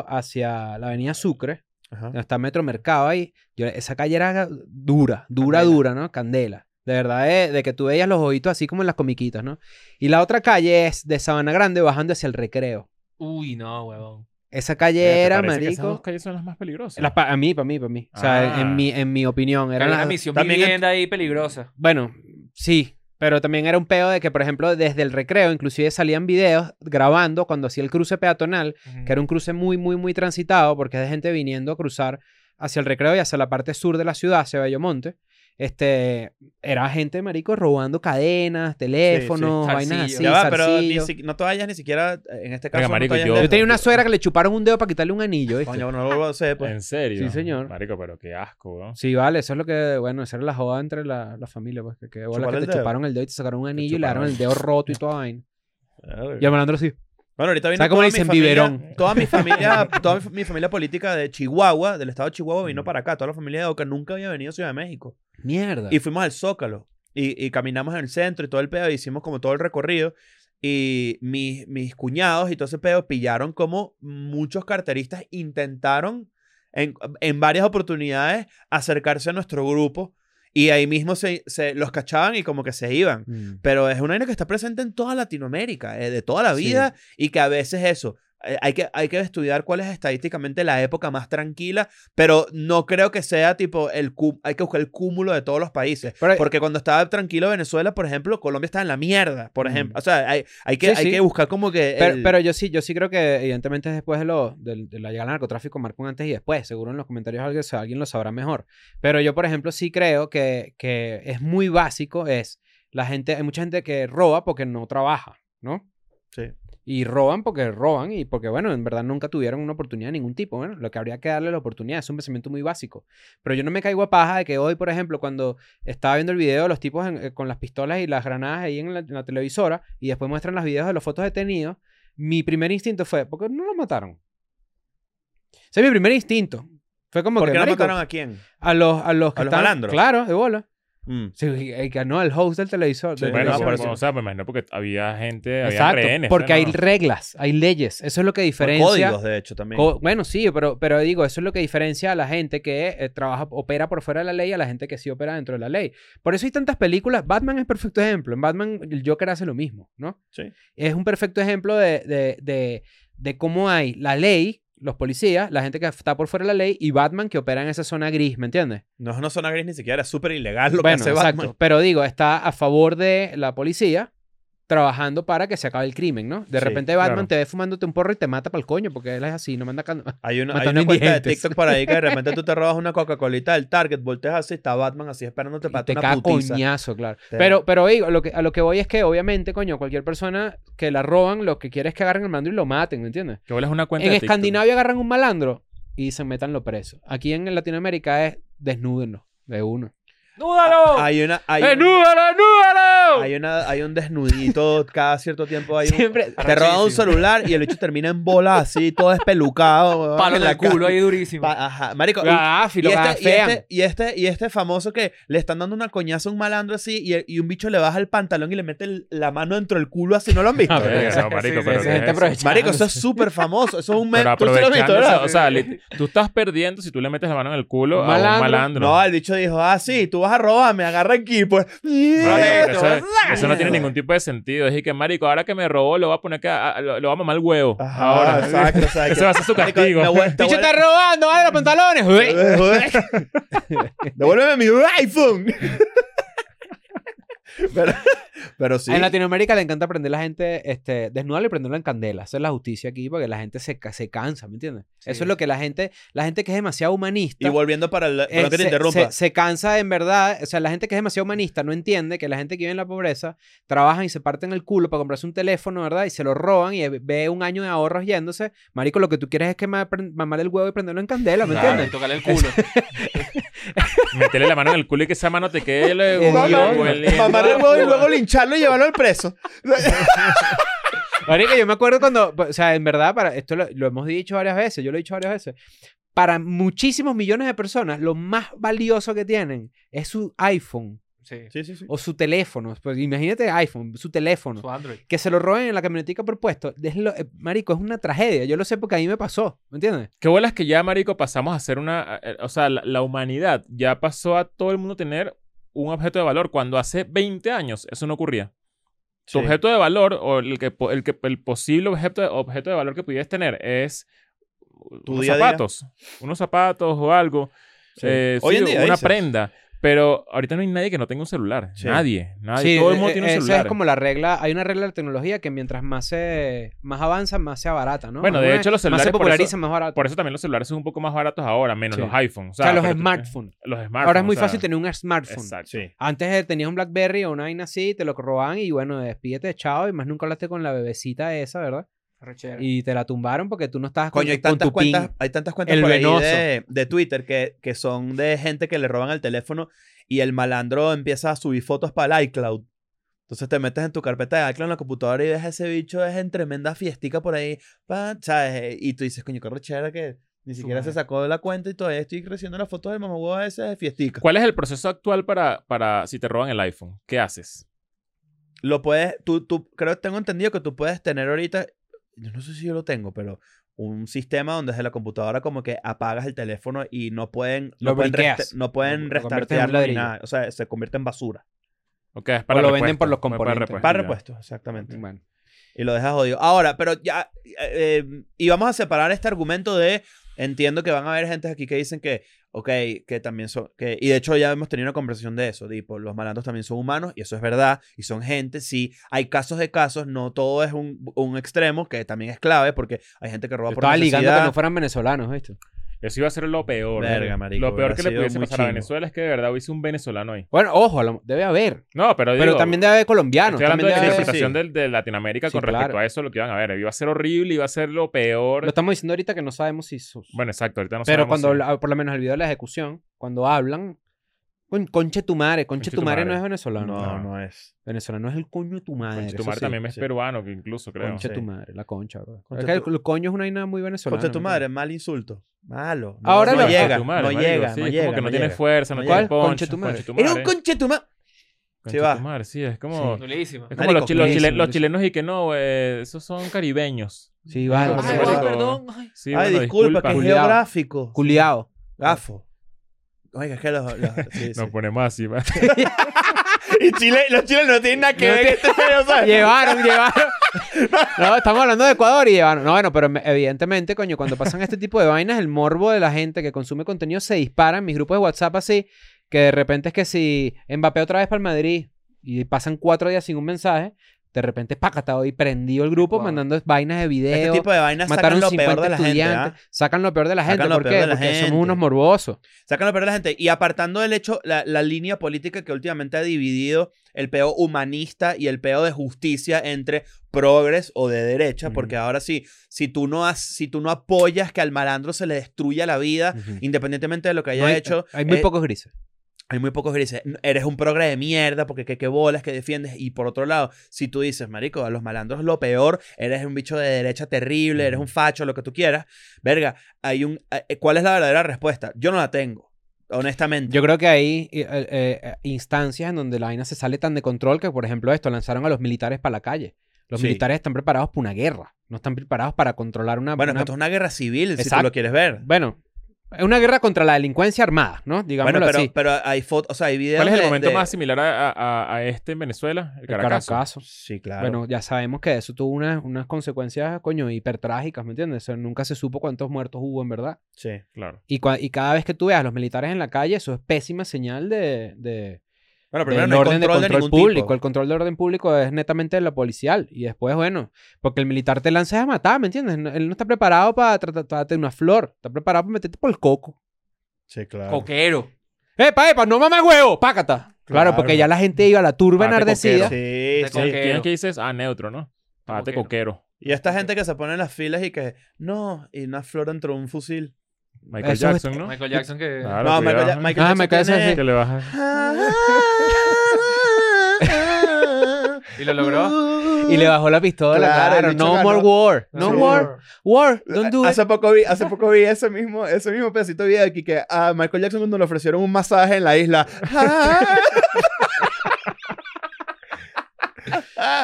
A: hacia la avenida Sucre,
C: Ajá.
A: donde está Metro Mercado ahí. yo- esa calle era dura, dura,
C: Candela.
A: dura, ¿no? Candela. De verdad, eh, de, de que tú veías los ojitos así como en las comiquitas, ¿no? Y la otra calle es de Sabana Grande bajando hacia el recreo.
D: Uy, no, huevón.
A: Esa calle
B: ¿te
A: era,
B: parece que esas dos
A: marico.
B: calles son las más peligrosas.
A: Las pa- a mí, para mí, para mí. O sea,
B: Ah.
A: en, mi, en mi opinión.
D: Era
A: Era
D: una
A: la-
D: misión
C: también en-
D: vivienda ahí peligrosa.
A: Bueno, sí. Pero también era un peo de que, por ejemplo, desde el recreo, inclusive salían videos grabando cuando hacía el cruce peatonal, que era un cruce muy, muy, muy transitado, porque es de gente viniendo a cruzar hacia el recreo y hacia la parte sur de la ciudad, hacia Bellomonte. Este, era gente, marico, robando cadenas, teléfonos,
D: sí.
A: vainas
D: Zarcillo.
A: así,
C: Ya va, pero ni
A: zarcillo.
C: si- no te vayas ni siquiera, eh, en este caso, no
B: marico,
C: te vayas
B: yo-
C: lejos.
A: Yo tenía una suegra que le chuparon un dedo para quitarle un anillo, ¿viste?
C: Coño, no lo sé, pues.
B: En serio.
A: Sí, señor.
B: Marico, pero qué asco, weón.
A: Sí, vale, eso es lo que, bueno, esa era la joda entre la, la familia, pues, que, que, bola
C: Chuparle
A: que
C: el
A: te
C: dedo.
A: chuparon el dedo y te sacaron un anillo y le
B: chuparon
A: dieron el dedo roto y toda vaina. Y
C: Verga.
A: el malandro sí.
C: Bueno, ahorita vino
A: ¿Sabes cómo
C: toda
A: le
C: mi
A: dicen
C: familia-
A: biberón?
C: Toda mi familia, toda mi fa- mi familia política de Chihuahua, del estado de Chihuahua, vino
B: Mm.
C: para acá. Toda la familia de Oca nunca había venido a Ciudad de México.
A: Mierda.
C: Y fuimos al Zócalo. Y, y caminamos en el centro y todo el pedo. y Hicimos como todo el recorrido. Y mis, mis cuñados y todo ese pedo pillaron como muchos carteristas intentaron en, en varias oportunidades acercarse a nuestro grupo. Y ahí mismo se, se los cachaban y como que se iban.
A: Mm.
C: Pero es una vaina que está presente en toda Latinoamérica, eh, de toda la
A: Sí.
C: vida, y que a veces eso. eh, Hay que, hay que estudiar cuál es estadísticamente la época más tranquila, pero no creo que sea tipo el cu- hay que buscar el cúmulo de todos los países.
A: Pero- eh,
C: Porque cuando estaba tranquilo Venezuela, por ejemplo, Colombia está en la mierda, por
A: Mm.
C: ejemplo. O sea, hay, hay que,
A: Sí,
C: hay
A: sí.
C: que buscar como que.
A: Pero,
C: el-
A: pero yo sí, yo sí creo que evidentemente es después de, lo, de, de la llegada al narcotráfico marca un antes y después. Seguro en los comentarios alguien, alguien lo sabrá mejor. Pero yo, por ejemplo, sí creo que, que es muy básico, es la gente, hay mucha gente que roba porque no trabaja, ¿no?
C: Sí.
A: Y roban porque roban y porque, bueno, en verdad nunca tuvieron una oportunidad de ningún tipo. Bueno, lo que habría que darle la oportunidad es un pensamiento muy básico. Pero yo no me caigo a paja de que hoy, por ejemplo, cuando estaba viendo el video de los tipos en- eh, con las pistolas y las granadas ahí en la, en la televisora y después muestran los videos de los fotos detenidos, mi primer instinto fue, ¿por qué no lo mataron? O sea, mi primer instinto fue como
C: ¿Por
A: que,
C: qué no
A: marico,
C: mataron a quién?
A: a los, a los que
C: a los
A: estaban-
C: malandros?
A: Claro, de bola.
C: Mm.
A: Sí, y- y que no, el host del televisor.
C: Sí,
A: del
B: Bueno,
C: no,
A: televisor.
B: pero,
C: pero-
B: o sea, me imagino porque había gente, había
A: Exacto,
B: rehenes. pues,
A: porque
B: ¿no?
A: hay reglas, hay leyes. Eso es lo que
C: Por
A: diferencia.
C: códigos, de hecho, también.
A: Co- bueno, sí, pero, pero digo, eso es lo que diferencia a la gente que eh, trabaja, opera por fuera de la ley a la gente que sí opera dentro de la ley. Por eso hay tantas películas. Batman es perfecto ejemplo. En Batman, el Joker hace lo mismo, ¿no?
C: Sí.
A: Es un perfecto ejemplo de, de, de, de cómo hay la ley, los policías, la gente que está por fuera de la ley y Batman que opera en esa zona gris, ¿me entiendes?
C: No es una zona gris ni siquiera, es súper ilegal lo
A: bueno,
C: que hace
A: exacto.
C: Batman.
A: Pero digo, está a favor de la policía trabajando para que se acabe el crimen, ¿no? De
C: Sí,
A: repente Batman
B: claro.
A: te ve fumándote un porro y te mata para el coño, porque él es así, no manda can-
C: Hay una, hay
A: Matando
C: una cuenta de
A: indigentes.
C: TikTok por ahí que de repente tú te robas una Coca-Colita del Target, volteas así, está Batman así esperándote
A: y
C: para
A: te
C: una
A: cae
C: putiza.
A: coñazo, claro.
C: Te-
A: Pero, pero digo, lo que, a lo que voy es que obviamente, coño, cualquier persona que la roban, lo que quiere es que agarren el mando y lo maten, ¿me entiendes?
B: Que bolas una cuenta
A: En
B: de TikTok.
A: Escandinavia agarran un malandro y se metan lo preso. Aquí en Latinoamérica es desnúdenlo de uno. Ah,
D: ¡Núdalo!
C: Hay una, hay,
D: ¡Desnúdalo, núdalo!
C: hay una, hay un desnudito cada cierto tiempo hay un-
A: Siempre
C: Te roban un
D: Arrechísimo.
C: celular y el bicho termina en bola así, todo espelucado. weón,
D: Palo
C: en
D: en el
C: ca-
D: culo ahí durísimo.
C: Pa- ajá, marico. y-
B: Ah,
A: Gaddafi,
C: Y
A: lo
C: este, y,
A: gafean.
C: este, y, este, y este famoso que le están dando una coñaza a un malandro así y, y un bicho le baja el pantalón y le mete el- la mano dentro del culo así. ¿No lo han visto?
B: Ah, verga,
D: Sí,
B: no, marico,
D: sí,
B: pero
D: sí,
B: ¿qué
D: gente
B: es eso?
A: aprovechando.
C: Marico, eso es súper famoso. Eso es un meme.
B: Pero
C: Tú sí lo has visto,
B: aprovechándose,
C: ¿verdad?
B: o sea, li- tú estás perdiendo si tú le metes la mano en el culo a un
A: Malandro.
B: malandro.
C: No, el bicho dijo, ah, sí, tú vas a robar, me agarra aquí, pues.
B: Marico,
D: Correcto.
B: pero eso, eso no tiene
D: Mierda.
B: ningún tipo de sentido. Es decir que, marico, ahora que me robó, lo va a poner que a- a- lo, lo va a mamar el huevo.
C: Ajá,
B: ahora.
C: exacto, exacto.
B: Ese va a ser su
C: Marico,
B: castigo.
C: me voy- te
A: Este Bicho
C: voy-
A: está robando, vale los pantalones. güey.
C: Devuélveme mi iPhone. pero, pero sí.
A: En Latinoamérica le encanta prender la gente, este, desnudarla y prenderla en candela. Hacer la justicia aquí porque la gente se, ca- se cansa, ¿me entiendes?
D: Sí.
A: Eso es lo que la gente, la gente que es demasiado humanista.
C: Y volviendo para el.
A: eh,
C: Perdón que te
A: se,
C: interrumpa.
A: se- se cansa en verdad, o sea, la gente que es demasiado humanista no entiende que la gente que vive en la pobreza trabajan y se parten el culo para comprarse un teléfono, ¿verdad? Y se lo roban y ve un año de ahorros yéndose. Marico, lo que tú quieres es que ma- pren- mamar el huevo y prenderlo en candela, ¿me
D: Claro,
A: entiendes?
D: y tocarle el culo.
B: Meterle la mano en el culo y que esa mano te quede le-
A: Mamá-
B: hueliendo.
C: Mamar el huevo y luego lincharlo y llevarlo al preso.
A: Marico, yo me acuerdo cuando, o sea, en verdad, para, esto lo, lo hemos dicho varias veces, yo lo he dicho varias veces, para muchísimos millones de personas, lo más valioso que tienen es su iPhone
D: Sí.
C: Sí, sí, sí.
A: o su teléfono. Pues imagínate iPhone, su teléfono.
D: Su Android.
A: Que se lo roben en la camionetica por puesto. Es lo- eh, marico, es una tragedia. Yo lo sé porque a mí me pasó, ¿me entiendes?
B: Qué bolas que ya, marico, pasamos a ser una... eh, O sea, la, la humanidad ya pasó a todo el mundo tener un objeto de valor cuando hace 20 años eso no ocurría. Tu objeto de valor o el, que, po- el, que, el posible objeto de, objeto de valor que pudieras tener es
C: Tu
B: unos
C: día a día.
B: zapatos. Unos zapatos o algo.
C: Sí.
B: Eh,
C: Hoy
B: sí,
C: en día
B: una
C: dices.
B: prenda. Pero ahorita no hay nadie que no tenga un celular.
C: Sí.
B: Nadie. Nadie. Ah, todo el mundo
A: eh,
B: tiene un
A: esa
B: celular.
A: es como la regla. Hay una regla de la tecnología que mientras más se más avanza, más se abarata, ¿no?
B: Bueno, de
A: Alguna-
B: hecho, los
A: más
B: celulares
A: se
B: por
A: populariza,
B: eso-
A: más barato.
B: Por eso también los celulares son un poco más baratos ahora, menos
A: Sí.
B: los iPhones. O
A: o sea, los
B: pero tú-
A: smartphones.
B: Los smartphones.
A: Ahora es muy
B: o sea,
A: fácil tener un smartphone.
B: Exacto.
C: Sí.
A: Antes eh, tenías un Blackberry o una vaina así, te lo robaban y bueno, despídete, chao, y más nunca hablaste con la bebecita esa, ¿verdad?
D: Arrechera.
A: Y te la tumbaron porque tú no estabas con,
C: Coño, hay
A: con
C: tantas
A: tu pin.
C: cuentas, hay tantas cuentas
A: El
C: por ahí
A: venoso.
C: de, de Twitter que, que son de gente que le roban el teléfono y el malandro empieza a subir fotos para el iCloud. Entonces te metes en tu carpeta de iCloud en la computadora y ves a ese bicho es en tremenda fiestica por ahí, pa, ¿sabes? Eh, Y tú dices, coño, qué rechera que ni siquiera
D: madre.
C: se sacó de la cuenta y todavía estoy creciendo las fotos del mamagüevo ese de fiestica.
B: ¿Cuál es el proceso actual para, para si te roban el iPhone? ¿Qué haces?
C: Lo puedes, tú, tú, creo, tengo entendido que tú puedes tener ahorita, yo no sé si yo lo tengo, pero un sistema donde desde la computadora como que apagas el teléfono y no pueden, no
A: Lo
C: pueden,
A: briqueas.
C: resta- no
A: Lo-
C: pueden
A: lo conviertes en un
C: restartearlo ni
A: ladrillo.
C: nada. O sea, se convierte en basura.
B: Ok, es para
A: O lo venden por los
B: repuesto,
A: componentes.
B: repuesto,
C: Para
B: ya.
C: repuestos, exactamente.
A: Bueno.
C: Y lo dejas jodido. Ahora, pero ya. eh, eh, y vamos a separar este argumento de. Entiendo que van a haber gente aquí que dicen que. Ok, que también son. Que, y de hecho, ya hemos tenido una conversación de eso. Tipo, los malandros también son humanos, y eso es verdad. Y son gente, sí. Hay casos de casos, no todo es un, un extremo, que también es clave, porque hay gente que roba
A: Yo
C: por
A: estaba ligando que
C: necesidad.
A: no fueran venezolanos, ¿viste?
B: Eso iba a ser lo peor.
C: Verga,
B: ¿eh?
C: marico,
B: lo peor
C: hubiera
B: que le
C: sido
B: pudiese
C: muy
B: pasar a
C: chimbo.
B: Venezuela es que de verdad hubiese un venezolano ahí.
A: Bueno, ojo, a lo- debe haber.
B: No, pero digo,
A: Pero también debe haber colombianos.
B: estoy hablando
A: también
B: de la
A: debe
C: sí,
A: haber-
C: sí.
B: interpretación del- de, Latinoamérica
A: Sí,
B: con respecto
A: claro.
B: a eso, lo que iban a ver. Iba a ser horrible, iba a ser lo
A: Lo
B: peor.
A: estamos diciendo ahorita que no sabemos si... sus-
B: Bueno, exacto, ahorita no
A: pero
B: sabemos
A: cuando,
B: si-
A: la- por lo menos el video de la ejecución, cuando hablan... "Con- Conche tu madre, conche tu madre no es venezolano.
C: No, no es.
A: Venezolano es el coño de tu madre.
B: Concha, tu
A: eso
B: madre
A: sí.
B: también es
C: sí.
B: peruano, que incluso creo.
A: Concha
C: Sí.
A: tu madre, la concha, bro.
C: Concha
A: es que el-
C: tu-
A: el coño es una vaina muy venezolana.
C: Concha tu
A: ¿no?
C: madre, mal insulto. Malo. No,
A: Ahora
C: no
A: lo-
C: llega.
B: tu madre,
C: no
B: marico,
C: llega.
B: sí,
C: no
B: es
C: llega.
B: como que no,
C: no
B: tiene
C: llega.
B: fuerza, no
C: No
B: tiene
A: llega. ¿Cuál?
B: poncho.
A: Concha tu madre.
C: Era un conche tu ma- Sí,
B: Concha
C: va.
B: tu madre, sí, es como...
C: Sí.
D: Nulísima.
B: Es como los,
C: Marico,
B: chi- los
A: durísimo,
B: chilen- los
A: durísimo.
B: chilenos y que no, eh, esos son caribeños.
C: mm,
A: Sí, vale.
B: Ay,
D: Ay,
A: marico.
D: guau,
B: marico.
D: perdón. Ay.
B: Sí,
C: Ay,
B: bueno,
C: disculpa, que es
A: Culeado.
C: geográfico.
A: Culeado.
C: Gafo. Oiga, Ah, es que los. los- sí, sí.
B: Nos ponemos así, va.
C: y Chile, los chilenos no tienen nada que
A: No
C: ver. este pedo, ¿sabes?
A: Llevaron, llevaron. No, estamos hablando de Ecuador y llevaron. No, bueno, pero me- evidentemente, coño, cuando pasan este tipo de vainas, el morbo de la gente que consume contenido se dispara en mis grupos de WhatsApp así, que de repente es que si Mbappé otra vez para el Madrid y pasan cuatro días sin un mensaje, De repente, pácata, hoy prendido el grupo
C: Wow.
A: mandando vainas de video.
C: Este tipo de vainas sacan
A: mataron
C: lo
A: 50
C: peor de la gente.
A: estudiantes.
C: ¿ah?
A: Sacan lo peor de la
C: Sacan
A: gente.
C: lo
A: ¿Por
C: peor
A: qué?
C: de la
A: Porque
C: gente.
A: somos unos morbosos.
C: Sacan lo peor de la gente. Y apartando del hecho, la, la línea política que últimamente ha dividido el peo humanista y el peo de justicia entre progres o de derecha,
A: Ujú.
C: porque ahora sí, si tú no has, si tú no apoyas que al malandro se le destruya la vida, independientemente de lo que haya
A: No hay,
C: hecho,
A: hay muy
C: eh,
A: pocos grises.
C: Hay muy pocos que dicen, "N- eres un progre de mierda porque qué, qué bolas que defiendes. Y por otro lado, si tú dices, marico, a los malandros lo peor, eres un bicho de derecha terrible, eres un facho, lo que tú quieras. Verga, hay un, eh, ¿cuál es la verdadera respuesta? Yo no la tengo, honestamente.
A: Yo creo que hay eh, eh, eh, instancias en donde la vaina se sale tan de control que, por ejemplo, esto, lanzaron a los militares para la calle. Los
C: Sí.
A: militares están preparados para una guerra. No están preparados para controlar una...
C: bueno,
A: una-
C: esto es una guerra civil, si tú
A: Exacto.
C: lo quieres ver.
A: Bueno, es una guerra contra la delincuencia armada, ¿no? Digámoslo
C: Bueno, pero,
A: así.
C: pero hay fotos, o sea, hay videos.
B: ¿Cuál es el
C: de-
B: momento
C: de-
B: más similar a, a- a este en Venezuela? El
A: El
B: Caracazo.
A: Caracazo.
C: Sí, claro.
A: Bueno, ya sabemos que eso tuvo unas, unas consecuencias, coño, hipertrágicas, ¿me entiendes? O sea, nunca se supo cuántos muertos hubo en verdad.
C: sí.
B: Claro.
A: Y, cua- y cada vez que tú veas a los militares en la calle, eso es pésima señal de, de,
C: Bueno, primero
A: del
C: no hay
A: orden de
C: control de
A: control
C: ningún
A: público.
C: tipo.
A: El control de orden público es netamente de la policial. Y después, bueno, porque el militar te lanza a matar, ¿me entiendes? No- él no está preparado para tratarte de una flor. Está preparado para meterte por el coco.
C: Sí, claro.
D: Coquero.
A: ¡Epa, epa! ¡No mames huevo! ¡Pácata! Claro,
C: Claro.
A: porque ya la gente iba a la turba
B: Párate,
A: enardecida.
C: Sí,
D: Te
C: sí.
B: ¿Quién
D: Coquero.
B: quién es que dices? Ah, neutro, ¿no? Párate
D: Coquero.
B: coquero.
C: Y esta gente que se pone en las filas y que, no, y una flor dentro de un fusil.
B: Michael
A: Eso
B: Jackson, ¿no?
D: Michael Jackson que...
B: Claro,
C: No, Michael,
B: cuidado.
C: Ja- Michael
A: Ah,
C: Jackson
A: Michael Jackson,
C: tiene-
B: Que le bajas.
D: Y lo logró.
C: Uh.
A: Y le bajó la pistola,
C: Claro, el
A: claro.
C: bicho
A: No
C: ganó.
A: more war. No
C: Sí.
A: war. War. Don't do it.
C: hace poco vi, hace poco vi ese mismo, ese mismo pedacito de video aquí que a Michael Jackson cuando le ofrecieron un masaje en la isla.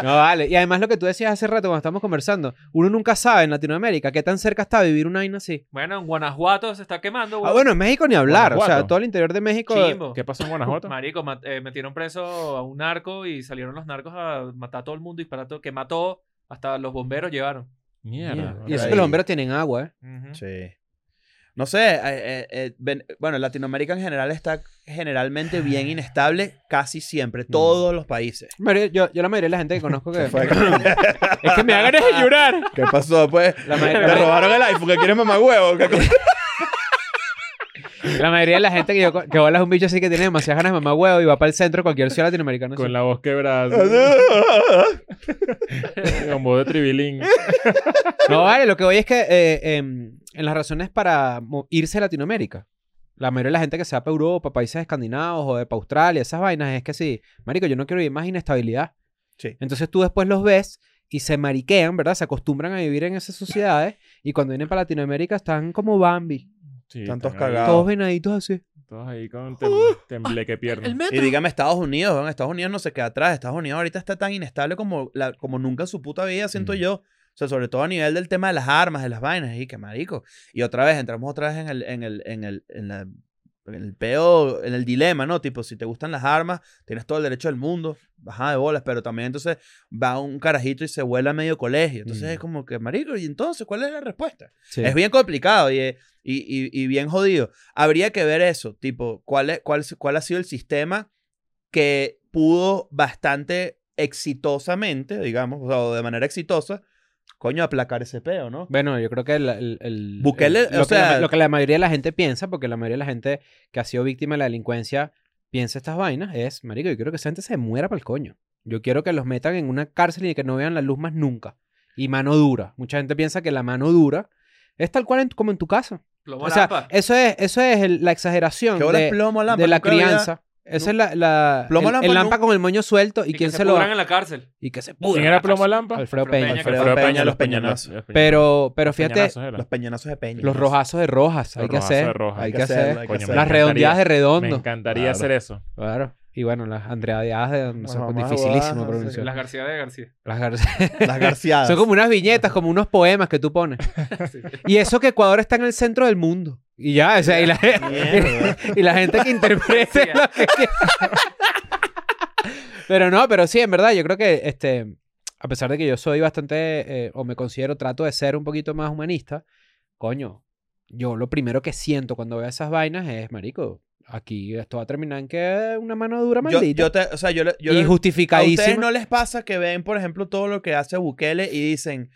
A: No, vale. Y además lo que tú decías hace rato cuando estábamos conversando, uno nunca sabe en Latinoamérica qué tan cerca está vivir una vaina así.
D: Bueno, en Guanajuato se está quemando.
A: Ah, bueno, en México ni hablar. O
B: Guanajuato.
A: sea, todo el interior de México.
D: Chimbo.
B: ¿Qué pasó en Guanajuato?
D: Marico, mat- eh, metieron preso a un narco y salieron los narcos a matar a todo el mundo, disparar a todo, que mató, hasta los bomberos llevaron.
B: Mierda.
A: Y eso
C: Ahí.
A: que los bomberos tienen agua, ¿eh?
D: Ujú.
C: sí. No sé, eh, eh, eh, ven- bueno, Latinoamérica en general está generalmente bien inestable casi siempre, todos los países.
A: Mari- Yo, yo la mayoría de la gente que conozco que...
C: Mm. ¿Qué
A: es que me hagan llorar.
C: pasó, pues?
A: La, ma- la ma-
C: robaron el iPhone, que quieres mamá huevo.
A: la mayoría de la gente que yo... con- Que bola es un bicho así que tiene demasiadas ganas de mamá huevo y va para el centro de cualquier ciudad latinoamericana.
B: Con
A: así.
B: la voz quebrada. con voz de tribilín.
A: No, vale. Lo que voy es que eh, em, en las razones para mo- irse a Latinoamérica, la mayoría de la gente que se va para Europa, países escandinavos o de para Australia, esas vainas, es que sí, marico, yo no quiero vivir más inestabilidad.
C: Sí.
A: Entonces tú después los ves y se mariquean, ¿verdad? Se acostumbran a vivir en esas sociedades y cuando vienen para Latinoamérica están como Bambi,
B: Sí,
C: Tantos
B: están ahí,
C: cagados.
A: todos venaditos así.
B: Todos ahí con tem- tembleque pierna.
C: Y dígame Estados Unidos, weón, Estados Unidos no se queda atrás. Estados Unidos ahorita está tan inestable como, la, como nunca en su puta vida, siento
B: Mm.
C: yo. O sea, sobre todo a nivel del tema de las armas, de las vainas, y que marico. Y otra vez, entramos otra vez en el, en el, en el, en la- en el peo, en el dilema, ¿no? Tipo, si te gustan las armas, tienes todo el derecho del mundo, bajada de bolas, pero también entonces va un carajito y se vuela a medio colegio. Entonces
A: Mm.
C: es como que, marico, ¿y entonces cuál es la respuesta?
A: Sí.
C: Es bien complicado y, eh, y, y- y bien jodido. Habría que ver eso, tipo, cuál, es, cuál, es- cuál ha sido el sistema que pudo bastante exitosamente, digamos, o sea, o de manera exitosa, coño, aplacar ese peo, ¿no?
A: Bueno, yo creo que el, el- el-
C: Bukele,
A: el-
C: o
A: lo, que
C: sea-
A: la, lo que la mayoría de la gente piensa, porque la mayoría de la gente que ha sido víctima de la delincuencia piensa estas vainas, es, marico, yo quiero que esa gente se muera para el coño. Yo quiero que los metan en una cárcel y que no vean la luz más nunca. Y mano dura. Mucha gente piensa que la mano dura es tal cual en tu- como en tu casa.
D: Plomo
A: O sea,
D: Arampa.
A: eso es, eso es el- la exageración
C: Que ahora es
A: de,
C: plomo a lámpara,
A: de la
C: nunca había-
A: crianza. Esa es la, la
C: Plomo a
A: el,
C: lámpara
A: el lampa con el moño suelto y,
D: que
A: quién se,
D: se
A: lo
D: pudran
A: da?
D: en la cárcel.
A: y que se
B: ¿Quién
A: pudra.
B: era Plomo Lampa?
A: Alfredo
D: Alfredo
A: Peña.
D: Peña.
C: Alfredo Peña, los peñonazos.
B: Pues
A: Pero, pero fíjate,
C: Los peñonazos de peña.
A: Los rojazos de rojas,
B: Los
A: hay que
B: rojazos de
A: hacer.
B: rojas,
A: Hay que hacer.
C: hacerlo, hay que
B: Coño,
C: hacerlo.
B: me
A: Las redondeadas de
B: Me
A: redondo.
B: encantaría
C: Claro.
B: hacer eso.
A: Claro. Y bueno, las andreadeadas de. No sé,
C: Las mamás
A: dificilísimo
C: rojas,
A: pronunciar.
D: Las García de García.
A: Las gar-
C: Las garciadas.
A: Son como unas viñetas, como unos poemas que tú pones.
D: Sí.
A: Y eso que Ecuador está en el centro del mundo. Y ya, o sea, y la,
C: Mierda.
A: y la gente que interprete
D: Sí,
A: lo que quiera. Pero no, pero sí, en verdad, yo creo que este, a pesar de que yo soy bastante, eh, o me considero, trato de ser un poquito más humanista, coño, yo lo primero que siento cuando veo esas vainas es, marico, Aquí esto va a terminar en que una mano dura
C: Yo,
A: maldita.
C: yo te, o sea, yo, le- yo le- ¿A
A: y
C: ustedes
A: justificadísimo.
C: no les pasa que ven, por ejemplo, todo lo que hace Bukele y dicen,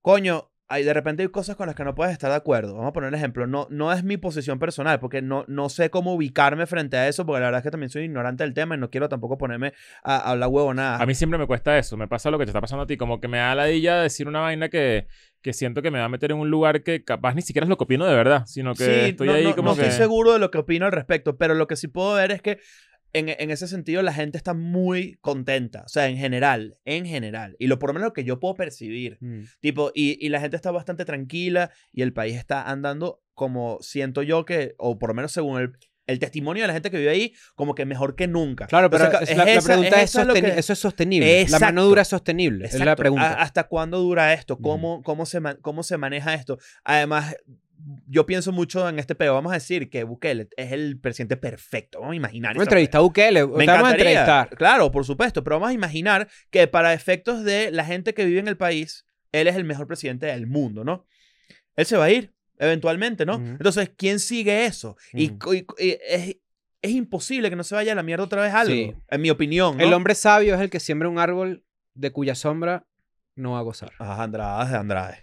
C: coño, hay, de repente hay cosas con las que no puedes estar de acuerdo? Vamos a poner un ejemplo. No, no es mi posición personal, porque no, no sé cómo ubicarme frente a eso, porque la verdad es que también soy ignorante del tema y no quiero tampoco ponerme a, a hablar huevo nada.
B: A mí siempre me cuesta eso, me pasa lo que te está pasando a ti, como que me da la dilla decir una vaina que, que siento que me va a meter en un lugar que capaz ni siquiera es lo que opino de verdad, sino que estoy
C: no,
B: ahí
C: no-
B: como
C: no
B: que...
C: estoy seguro de lo que opino al respecto, pero lo que sí puedo ver es que en, en ese sentido la gente está muy contenta, o sea, en general, en general, y lo por lo menos lo que yo puedo percibir.
A: Mm.
C: Tipo, y, y la gente está bastante tranquila y el país está andando como siento yo que, o por lo menos según el, el testimonio de la gente que vive ahí, como que mejor que nunca.
A: Claro, pero
C: Entonces,
A: es la, la
C: esa-
A: pregunta es,
C: esa lo
A: sosteni-
C: que-
A: eso es sostenible. La mano
C: Exacto.
A: dura es sostenible. Es la
C: Exacto. Ah,
A: pregunta.
C: ¿A- ¿Hasta cuándo dura esto? ¿Cómo, cómo, se ma- ¿Cómo se maneja esto? Además, yo pienso mucho en este peo. Vamos a decir que Bukele es el presidente perfecto. Vamos a imaginar.
A: Vamos a
C: esa-
A: entrevistar a Bukele.
C: Me
A: te vamos a
C: encantaría.
A: entrevistar.
C: Claro, por supuesto. Pero vamos a imaginar que para efectos de la gente que vive en el país, él es el mejor presidente del mundo, ¿no? Él se va a ir, eventualmente, ¿no?
A: Ujú. Mm.
C: Entonces, ¿quién sigue eso? Y,
A: Ujú.
C: co- y co- y es, es imposible que no se vaya a la mierda otra vez algo,
A: Sí.
C: en mi opinión. ¿no?
A: El hombre sabio es el que siembra un árbol de cuya sombra no va a gozar.
C: Ah, Andrade, de Andrade.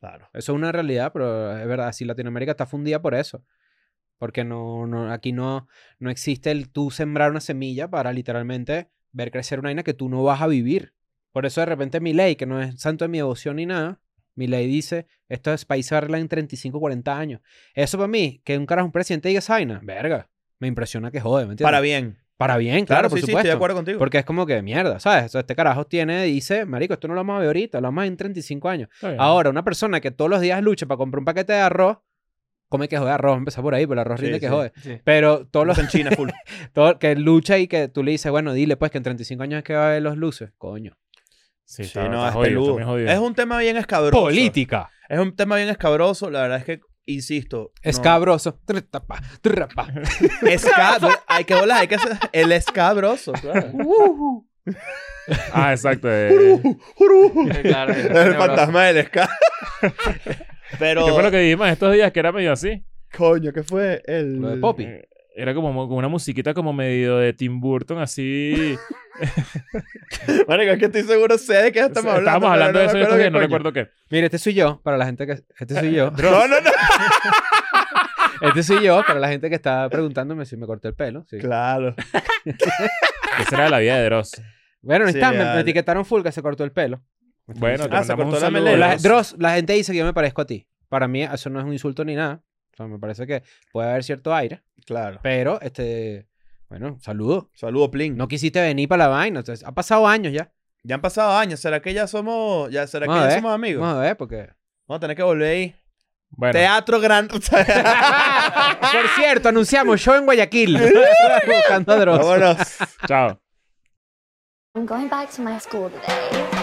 C: Claro.
A: Eso es una realidad, pero es verdad. Si Latinoamérica está fundida por eso. Porque no, no, aquí no, no existe el tú sembrar una semilla para literalmente ver crecer una vaina que tú no vas a vivir. Por eso de repente mi ley, que no es santo de mi devoción ni nada, mi ley dice, esto es país se va a arreglar en 35, 40 años. Eso para mí, que un carajo un presidente diga esa vaina, verga, me impresiona que jode, ¿me entiendes?
C: Para bien.
A: Para bien, claro,
C: Claro,
A: por
C: sí, sí,
A: supuesto.
C: estoy de acuerdo contigo.
A: Porque es como que mierda, ¿sabes? O sea, este carajo tiene, dice, marico, esto no lo vamos a ver ahorita, lo vamos a ver en 35 años.
B: Está bien.
A: Ahora, una persona que todos los días lucha para comprar un paquete de arroz, come que jode arroz, empezar por ahí, pero el arroz
C: Sí,
A: rinde que
C: sí.
A: jode.
D: Sí.
A: Pero todos los
C: Estamos en China, full.
A: todo- que lucha y que tú le dices, bueno, dile pues que en 35 años es que va a ver los luces, coño.
B: Sí,
C: Sí,
B: está,
C: no,
B: está
C: es
B: jodido, está
C: peludo.
B: muy jodido.
C: Es un tema bien escabroso.
A: Política.
C: Es un tema bien escabroso. La verdad es que, insisto. no-
A: Escabroso. Trrtapa, trrapa.
C: Escabro. Hay que volar, hay que hacer. El escabroso, claro.
B: Ah, exacto. eh.
D: Eh, claro, eh,
C: el
D: tenebroso.
C: fantasma del escabro. Pero.
B: ¿Qué fue lo que dijimos estos días que era medio así?
C: Coño, ¿qué fue? El...
A: Lo de Poppy.
B: Eh, Era como mu- como una musiquita como medio de Tim Burton, así.
C: Marico, es que estoy seguro, sé de qué estamos hablando.
B: Estábamos
C: pero
B: hablando
C: no
B: de eso
C: me
B: estos
C: acuerdo
B: días, no
C: qué
B: recuerdo qué.
A: Mira, este soy yo, para la gente que... Este soy yo.
C: coño. No, no, no.
A: Este soy yo, para la gente que está preguntándome si me corté el pelo. sí.
C: Claro.
B: Esa era la vida de Dross.
A: Bueno, no
C: Sí,
A: está, me- me
C: dale.
A: etiquetaron full que se cortó el pelo.
B: Bueno, te
C: Ah, se
B: mandamos un
C: cortó la
B: saludo.
C: melena.
A: La,
C: Dross.
A: Dross, la gente dice que yo me parezco a ti. Para mí eso no es un insulto ni nada. O sea, me parece que puede haber cierto aire.
C: Claro.
A: Pero, este, bueno, saludo.
C: Saludo, Plin.
A: No quisiste venir para la vaina. entonces, ha pasado años ya.
C: Ya han pasado años. ¿Será que ya somos. Ya, ¿Será que
A: Vamos a
C: ya
A: ver.
C: somos amigos?
A: Vamos a ver, porque...
C: Vamos a tener que volver ahí.
B: Bueno,
C: Teatro Gran.
A: Por cierto, anunciamos show en Guayaquil. Buscando a Dross.
C: Vámonos.
B: chao.
E: I'm going back to my school today.